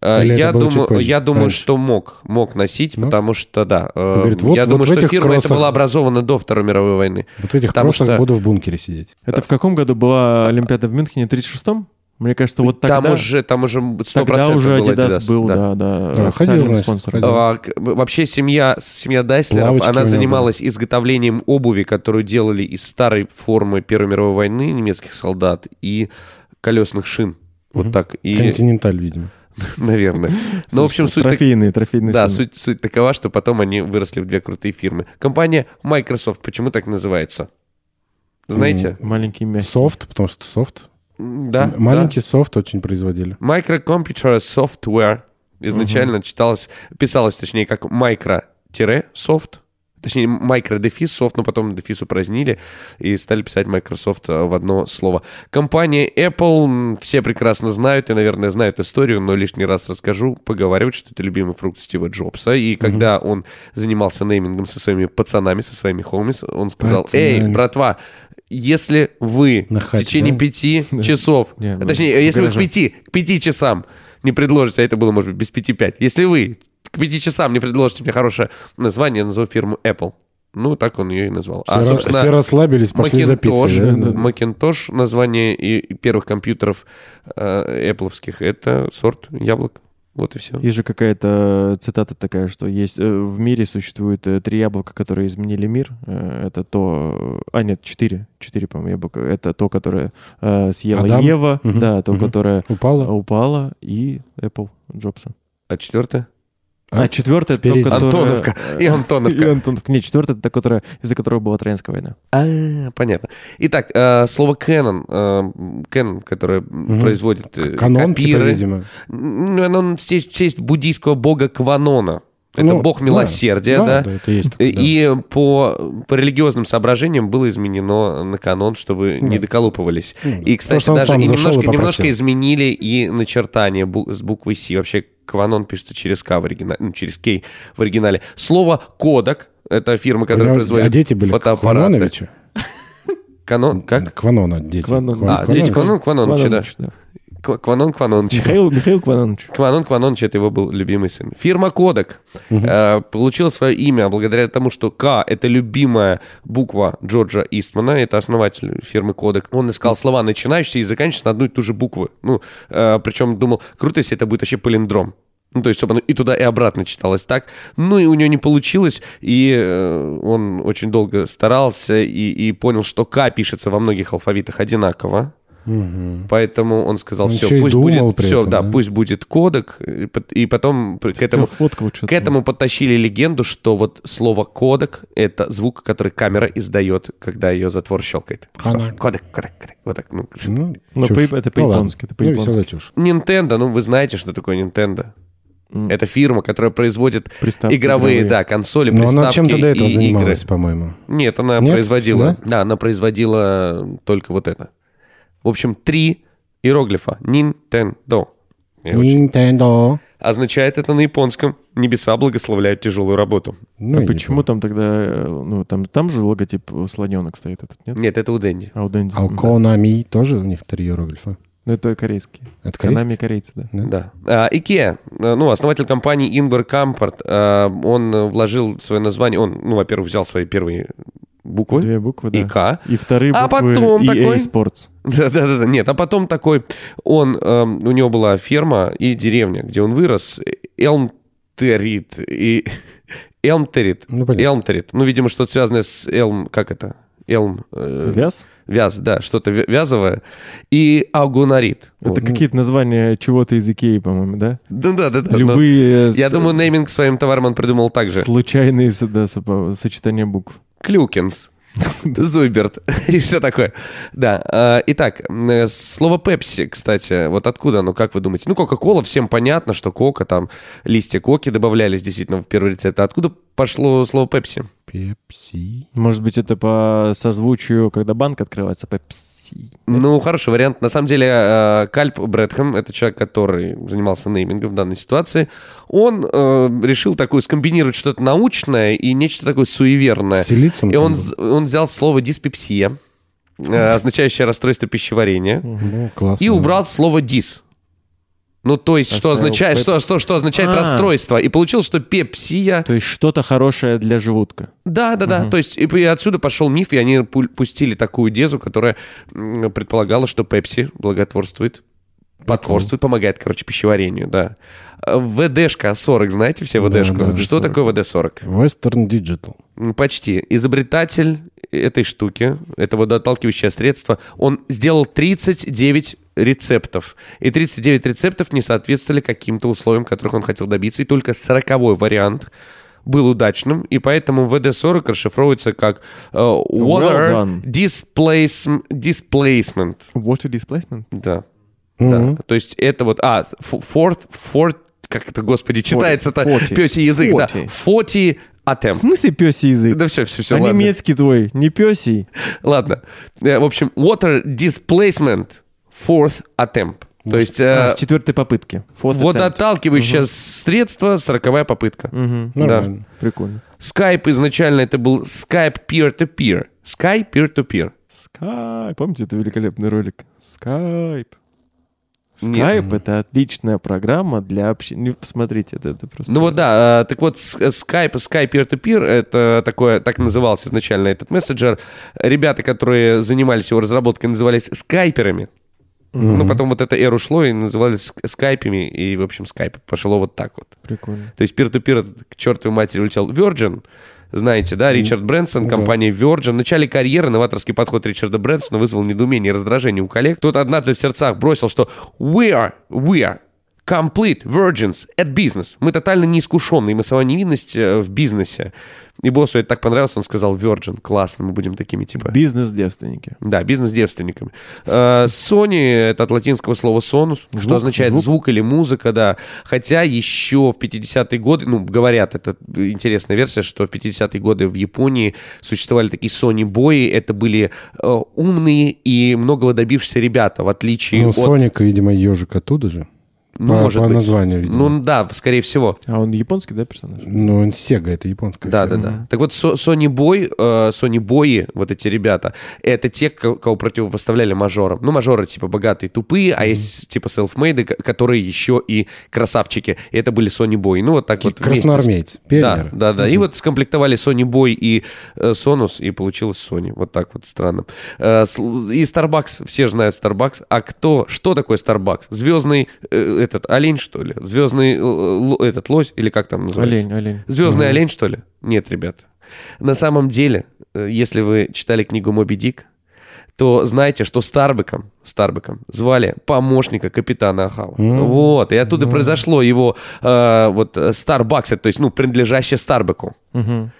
Э, Или это Я было чуть думаю, позже, я думаю, раньше? что мог, мог носить, Ну. потому что да. э, говорит, вот- я вот думаю, в что этих фирма это кроссах- была образована до Второй мировой войны. Вот в этих Потому кроссах что- буду в бункере сидеть. Это Э, в каком году была Олимпиада в Мюнхене? В 36-м? Мне кажется, вот тогда... там уже, там уже 100% Тогда уже был Adidas, Adidas, был, да. да, да, Да, официальным ходил, значит, спонсором. ходил. А, к- вообще семья, семья Дайслеров, Лавочки у она него занималась изготовлением обуви, которую делали из старой формы Первой мировой войны немецких солдат и колесных шин. Вот так. И, «Континенталь», видимо. наверное. Ну, в общем, суть... так- Трофейные, трофейные. Да, фильмы. суть, суть такова, что потом они выросли в две крутые фирмы. Компания Microsoft, почему так называется? Знаете? Маленький мягкий. Софт, потому что софт. М, Да. да. Маленький софт очень производили. Microcomputer Software изначально читалось, писалось, точнее, как micro-soft, точнее, micro-дефис софт, но потом дефис упразднили и стали писать Microsoft э, в одно слово. Компания Apple м, все прекрасно знают и, наверное, знают историю, но лишний раз расскажу, поговаривают, что это любимый фрукт Стива Джобса, и когда он занимался неймингом со своими пацанами, со своими хоумис, он сказал, эй, Пацанами. братва, если вы На в хате, течение да? пяти часов, Не, а ну, точнее, если вы к гаража. пяти, к пяти часам не предложите, а это было, может быть, без пяти пять, если вы к пяти часам не предложите мне хорошее название, я назову фирму Apple. Ну, так он ее и назвал. А, Все, ра- все расслабились, пошли за пиццей. да, да. Макинтош, название и и первых компьютеров эпловских, это сорт яблок. Вот и все. Есть же какая-то цитата такая, что есть э, в мире существует э, три яблока, которые изменили мир. Э, Это то, а нет, четыре, четыре, по-моему, яблока. Это то, которое э, съела Адам. Ева, Мгм. да, то, Мгм. которое Упало. упало, и Apple Джобса. А четвертое? А, А, четвертое, то, впереди. которое... Антоновка и И Антоновка. Антоновка. Нет, четвертое, это та, которая, из-за которого была Троянская война. А, понятно. Итак, э, слово Canon, э, Canon, которое м, Мгм. производит э, Канон, типа, копиры, видимо. М, ну, оно в честь, в честь буддийского бога Кванона. Это Ну, бог да. милосердия, да? Да, да, это есть такое, да. И по, по религиозным соображениям было изменено на канон, чтобы не доколупывались. Ну, И, кстати, что он даже сам и зашел и немножко, попросил. немножко изменили и начертание бу- с буквой «Си». Вообще «Кванон» пишется через «К» в оригинале, ну, через «Кей» в оригинале. Слово «Кодак» — это фирма, которая Понимаете, производит а дети были фотоаппараты. Кваноновича? Канон, как? Кванона, дети. Кванон. Кван- А, дети Кванон Кваноновича, да. Кванонович, да. Ква- Кванон Кваноновича. Михаил, Михаил Кванонович. Кванон Кваноныч — это его был любимый сын. Фирма Кодек э, получила свое имя благодаря тому, что К — это любимая буква Джорджа Истмана, это основатель фирмы Кодек. Он искал слова, начинающиеся и заканчивающиеся на одну и ту же букву. Ну, э, причем думал, круто, если это будет вообще палиндром. Ну, то есть, чтобы оно и туда, и обратно читалось так. Ну, и у него не получилось, и э, он очень долго старался и, и понял, что К пишется во многих алфавитах одинаково. Поэтому он сказал, Он все, еще Ну, и пусть думал будет, при все, этом, да, да? пусть будет кодек, и пот- и потом пр- к этому, Фоткал что-то. к этому подтащили легенду, что вот слово кодек — это звук, который камера издает, когда ее затвор щелкает. Кванон. Кодек, кодек, кодек, вот так. Ну. Ну, Ну, чушь. по- это по-японски, ладно. это по-японски. Ну, веселая чушь. Nintendo, ну вы знаете, что такое Nintendo. М. Это фирма, которая производит Приставки игровые, игровые. да, консоли, Но приставки Ну, она чем-то до этого и игры. занималась, по-моему. Нет, она Нет? производила. Всегда? Да, она производила только вот это. В общем, три иероглифа. Nintendo. Я очень- Nintendo. Означает это на японском. Небеса благословляют тяжелую работу. Ну, а и почему не там тогда, э, ну, там, там же логотип э, слоненок стоит этот, нет? Нет, это у Дэнди. А у Дэнди. помню. М, да. Алконами тоже у них три иероглифа. Ну, это корейские. Это корейский? Канами корейцы, да. Да. А, Икеа, э, ну, основатель компании Ингвар Кампорт, э, он э, вложил свое название, он, ну, во-первых, взял свои первые буквы, Две буквы, да. и К. И вторые А буквы потом EA такой- Sports. Да-да-да, нет, а потом такой, он, эм, у него была ферма и деревня, где он вырос, Элмтерит, и Элмтерит, Ну, понятно. Элмтерит, ну, видимо, что-то связанное с Элм, как это? Элм, э, Вяз? вяз, да, что-то вя- вязовое, и Агунарит. Это какие-то названия чего-то из Икеи, по-моему, да? Да-да-да. Любые... Я с- думаю, нейминг своим товаром он придумал так же. Случайные с- да, сопо- сочетания букв. Клюкинс. Зуйберт и все такое. Да. э, Итак, э, слово Пепси, кстати, вот откуда оно, как вы думаете? Ну, Кока-Кола, всем понятно, что Кока, там, листья Коки добавлялись действительно в первый рецепт. А откуда пошло слово Пепси? Пепси. Может быть, это по созвучию, когда банк открывается, Пепси. Ну, хороший вариант. На самом деле, э, Кальп Брэдхэм, это человек, который занимался неймингом в данной ситуации, он э, решил такую скомбинировать что-то научное и нечто такое суеверное. Силициум. И там он, был. з- он взял слово диспепсия, э, означающее расстройство пищеварения, Ну, классно. и убрал слово дис. Ну, то есть, что Оставил означает, что, пепс. что, что означает А. расстройство. И получилось, что пепсия. То есть что-то хорошее для желудка. Да, да, да. То есть, и, и отсюда пошел миф, и они пу- пустили такую дезу, которая м, предполагала, что пепси благотворствует. Потворствует, помогает, короче, пищеварению, да. Э, ВДшка 40, знаете все Да, ВДшку? да, что такое ВД-40? Western Digital. Ну, Почти. Изобретатель этой штуки, этого водоотталкивающего средства, он сделал 39 рецептов. И 39 рецептов не соответствовали каким-то условиям, которых он хотел добиться. И только 40-й вариант был удачным, и поэтому ВД-40 расшифровывается как э, Water done. displace- Displacement. Water displacement? Да. Да. То есть это вот... А, ф- fourth... fourth как это, господи, читается это forty. пёсий язык, да. Forty. 40 В attempt. смысле пёсий язык? Да все, все, все, а ладно. немецкий твой, не пёсий. Ладно. Э, В общем, water displacement fourth attempt. То есть А, э, с четвертой попытки. Fourth attempt. водоотталкивающее средство, сороковая попытка. Мгм, Нормально. Прикольно. Skype изначально это был Skype peer-to-peer. Skype peer-to-peer. Скайп. Помните, это великолепный ролик? Скайп. Нет. Скайп — это отличная программа для общения. Посмотрите, это, это просто... Ну вот да, э, так вот с- э, Skype, Skype peer-to-peer, это такое, так назывался изначально этот мессенджер. Ребята, которые занимались его разработкой, назывались скайперами. Ну, потом вот эта эра ушло и назывались ск- скайпами, и, в общем, скайп пошло вот так вот. Прикольно. То есть пир-ту-пир это к чертовой матери улетел. Virgin, знаете, да, Ричард Брэнсон, компания Virgin. В начале карьеры новаторский подход Ричарда Брэнсона вызвал недоумение и раздражение у коллег. Тут однажды в сердцах бросил, что «We are, we are Complete virgins at business. Мы тотально неискушенные, мы сама невинность э, в бизнесе. И боссу это так понравилось, он сказал virgin, классно, мы будем такими типа. Бизнес-девственники. Да, бизнес девственниками. Э, Sony — это от латинского слова «сонус», что означает звук. или музыка, да. Хотя еще в 50-е годы, ну, говорят, это интересная версия, что в 50-е годы в Японии существовали такие Sony-бои. Это были э, умные и многого добившиеся ребята, в отличие Ну, от... Соник, видимо, ежик оттуда же. ну, по- может по быть. названию, видимо. Ну, да, скорее всего. А он японский, да, персонаж? Ну, он Sega, это японская. Да, да, фирма. да. Так вот, Со- Sony Boy, э, Sony Boy, вот эти ребята, это те, ко- кого противопоставляли мажорам. Ну, мажоры, типа, богатые, тупые, а есть, типа, селфмейды, к- которые еще и красавчики. И это были Sony Boy. Ну, вот так вот вместе с- Красноармейцы, Да, пионеры. да, да. И вот скомплектовали Sony Boy и э, Sonos, и получилось Sony. Вот так вот странно. Э, с- и Starbucks, все же знают Starbucks. А кто, что такое Starbucks? Звездный, э, этот, олень, что ли? Звездный, э, л- этот, лось, или как там называется? Олень, олень. Звездный олень, что ли? Нет, ребят. На самом деле, э, если вы читали книгу Моби Дик, то знаете, что Старбеком, Старбеком звали помощника капитана Ахава. Вот, и оттуда произошло его э, вот э, Starbucks, это, то есть, ну, принадлежащее Старбеку. Мгм.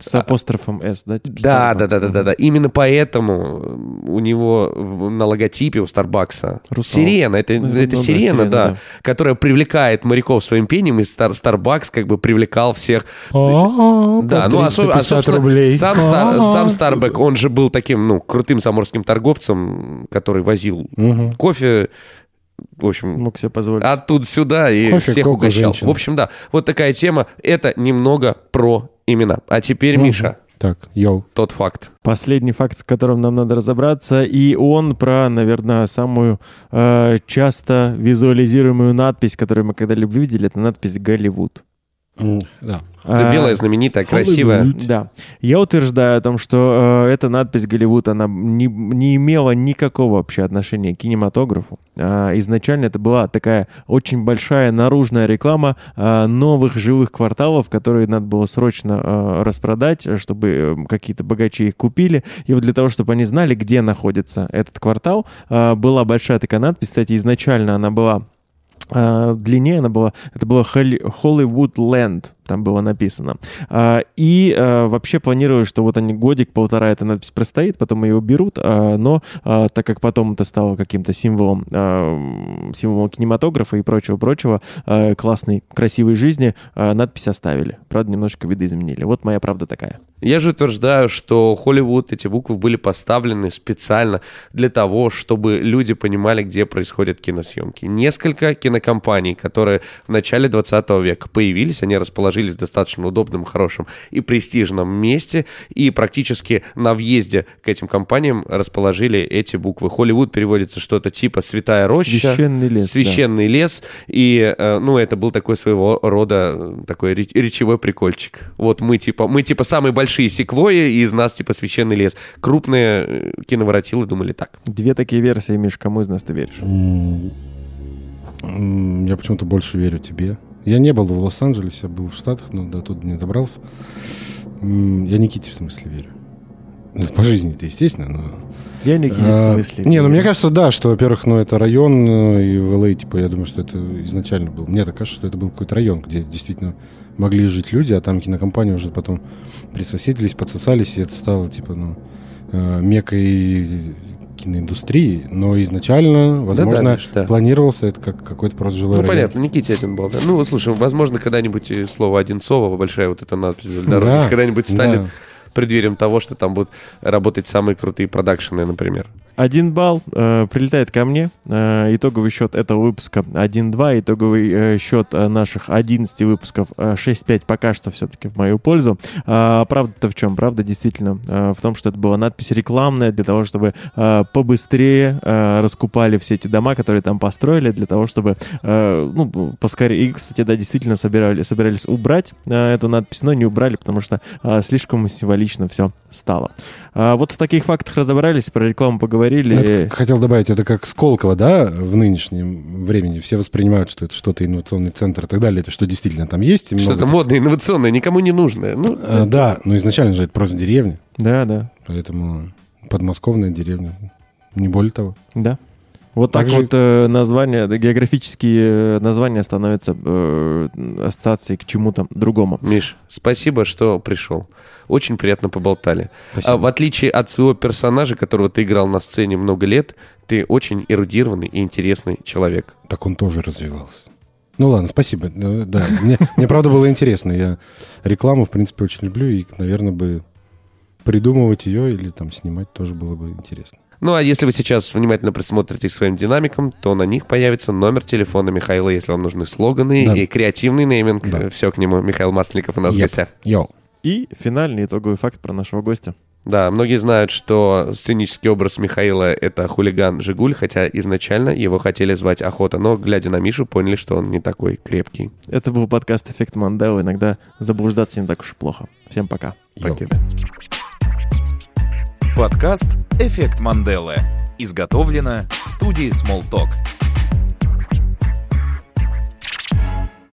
С апострофом S, А, да? типа Да, Starbucks, да, да, да, да, да. Именно поэтому э, у него э, на логотипе у Старбакса Русалка. сирена. Это, Ну, ну это да, сирена, сирена, да, да. которая привлекает моряков своим пением, и Стар- Старбакс как бы привлекал всех Да, ну а, со- а, собственно, Сам, Стар- сам Старбек, он же был таким, ну, крутым заморским торговцем, который возил Мгм. Ну, кофе, в общем, Мог себе позволить. оттуда сюда и Кофе, всех кока, угощал. женщина. В общем, да, вот такая тема. Это немного про имена. А теперь, Миша, Так, йоу. тот факт. Последний факт, с которым нам надо разобраться, и он про, наверное, самую э, часто визуализируемую надпись, которую мы когда-либо видели, это надпись «Голливуд». М, Да. Это А, белая, знаменитая, красивая. Да. Я утверждаю о том, что э, эта надпись «Голливуд», она не, не имела никакого вообще отношения к кинематографу. А, изначально это была такая очень большая наружная реклама а, новых жилых кварталов, которые надо было срочно а, распродать, э, чтобы э, какие-то богачи их купили. И вот для того, чтобы они знали, где находится этот квартал, а, была большая такая надпись. Кстати, изначально она была а, длиннее она была, это было Холли- Hollywood Land, там было написано. А, И а, вообще планировалось, что вот они годик-полтора эта надпись простоит, потом ее уберут, а, но а, так как потом это стало каким-то символом, а, символом кинематографа и прочего-прочего, а, классной, красивой жизни, а, надпись оставили. Правда, немножко видоизменили. Вот моя правда такая. Я же утверждаю, что Холливуд, эти буквы были поставлены специально для того, чтобы люди понимали, где происходят киносъемки. Несколько кинокомпаний, которые в начале 20 века появились, они расположились в достаточно удобном, хорошем и престижном месте, и практически на въезде к этим компаниям расположили эти буквы. Холливуд переводится что-то типа «Святая роща», Священный лес, да. «Священный лес», и, э, ну, это был такой своего рода э, такой реч- речевой прикольчик. Вот мы типа, мы типа самые большие секвои, и из нас типа «Священный лес». Крупные э, киноворотилы думали так. Две такие версии, Миш, кому из нас ты веришь? М, м, Я почему-то больше верю тебе. Я не был в Лос-Анджелесе, я был в Штатах, но до туда не добрался. М, Я Никите в смысле верю. Ну, По жизни-то, естественно, но... Я не в А, смысле. Не, ну мне кажется, да, что, во-первых, ну это район, э, и в LA, типа, я думаю, что это изначально был. Мне так кажется, что это был какой-то район, где действительно могли жить люди, а там кинокомпании уже потом присоседились, подсосались, и это стало, типа, ну, э, мекой киноиндустрии. Но изначально, возможно, Миш, да. планировался это как какой-то просто жилой Ну, район. понятно, Никите один был. да. Ну, слушай, возможно, когда-нибудь и слово Одинцова, большая вот эта надпись вдоль дороги, Да, когда-нибудь станет да. преддверием того, что там будут работать самые крутые продакшены, например. Один балл э, прилетает ко мне. Э, итоговый счет этого выпуска 1-2. Итоговый э, счет э, наших 11 выпусков э, 6-5 пока что все-таки в мою пользу. А, правда-то в чем? Правда действительно э, в том, что это была надпись рекламная для того, чтобы э, побыстрее э, раскупали все эти дома, которые там построили, для того, чтобы э, ну, поскорее. И, кстати, да, действительно собирали, собирались убрать э, эту надпись, но не убрали, потому что э, слишком символично все стало. А вот в таких фактах разобрались, про рекламу поговорили. Ну, это как- хотел добавить, это как Сколково, да, в нынешнем времени. Все воспринимают, что это что-то инновационный центр и так далее. Это что действительно там есть. и много Что-то модное, инновационное, никому не нужное. Ну, Э, Да, но изначально же это просто деревня, Да, да, поэтому подмосковная деревня, не более того. да. Вот так Также- вот э, названия, да, географические э, названия становятся э, ассоциацией к чему-то другому. Миш, спасибо, что пришел. Очень приятно поболтали. Спасибо. А в отличие от своего персонажа, которого ты играл на сцене много лет, ты очень эрудированный и интересный человек. Так он тоже развивался. Ну ладно, спасибо. Э, Да, мне, мне правда было интересно. Я рекламу, в принципе, очень люблю и, наверное, бы придумывать ее или там снимать тоже было бы интересно. Ну а если вы сейчас внимательно присмотрите к своим динамикам, то на них появится номер телефона Михаила, если вам нужны слоганы Да. и креативный нейминг. Да. Все к нему. Михаил Масленников у нас в Yep. гостях. Йоу. И финальный итоговый факт про нашего гостя. Да, многие знают, что сценический образ Михаила — это хулиган Жигуль, хотя изначально его хотели звать Охота, но, глядя на Мишу, поняли, что он не такой крепкий. Это был подкаст «Эффект Мандела». Иногда заблуждаться не так уж и плохо. Всем пока. Йоу. Покеда. Подкаст «Эффект Манделы». Изготовлено в студии Smalltalk.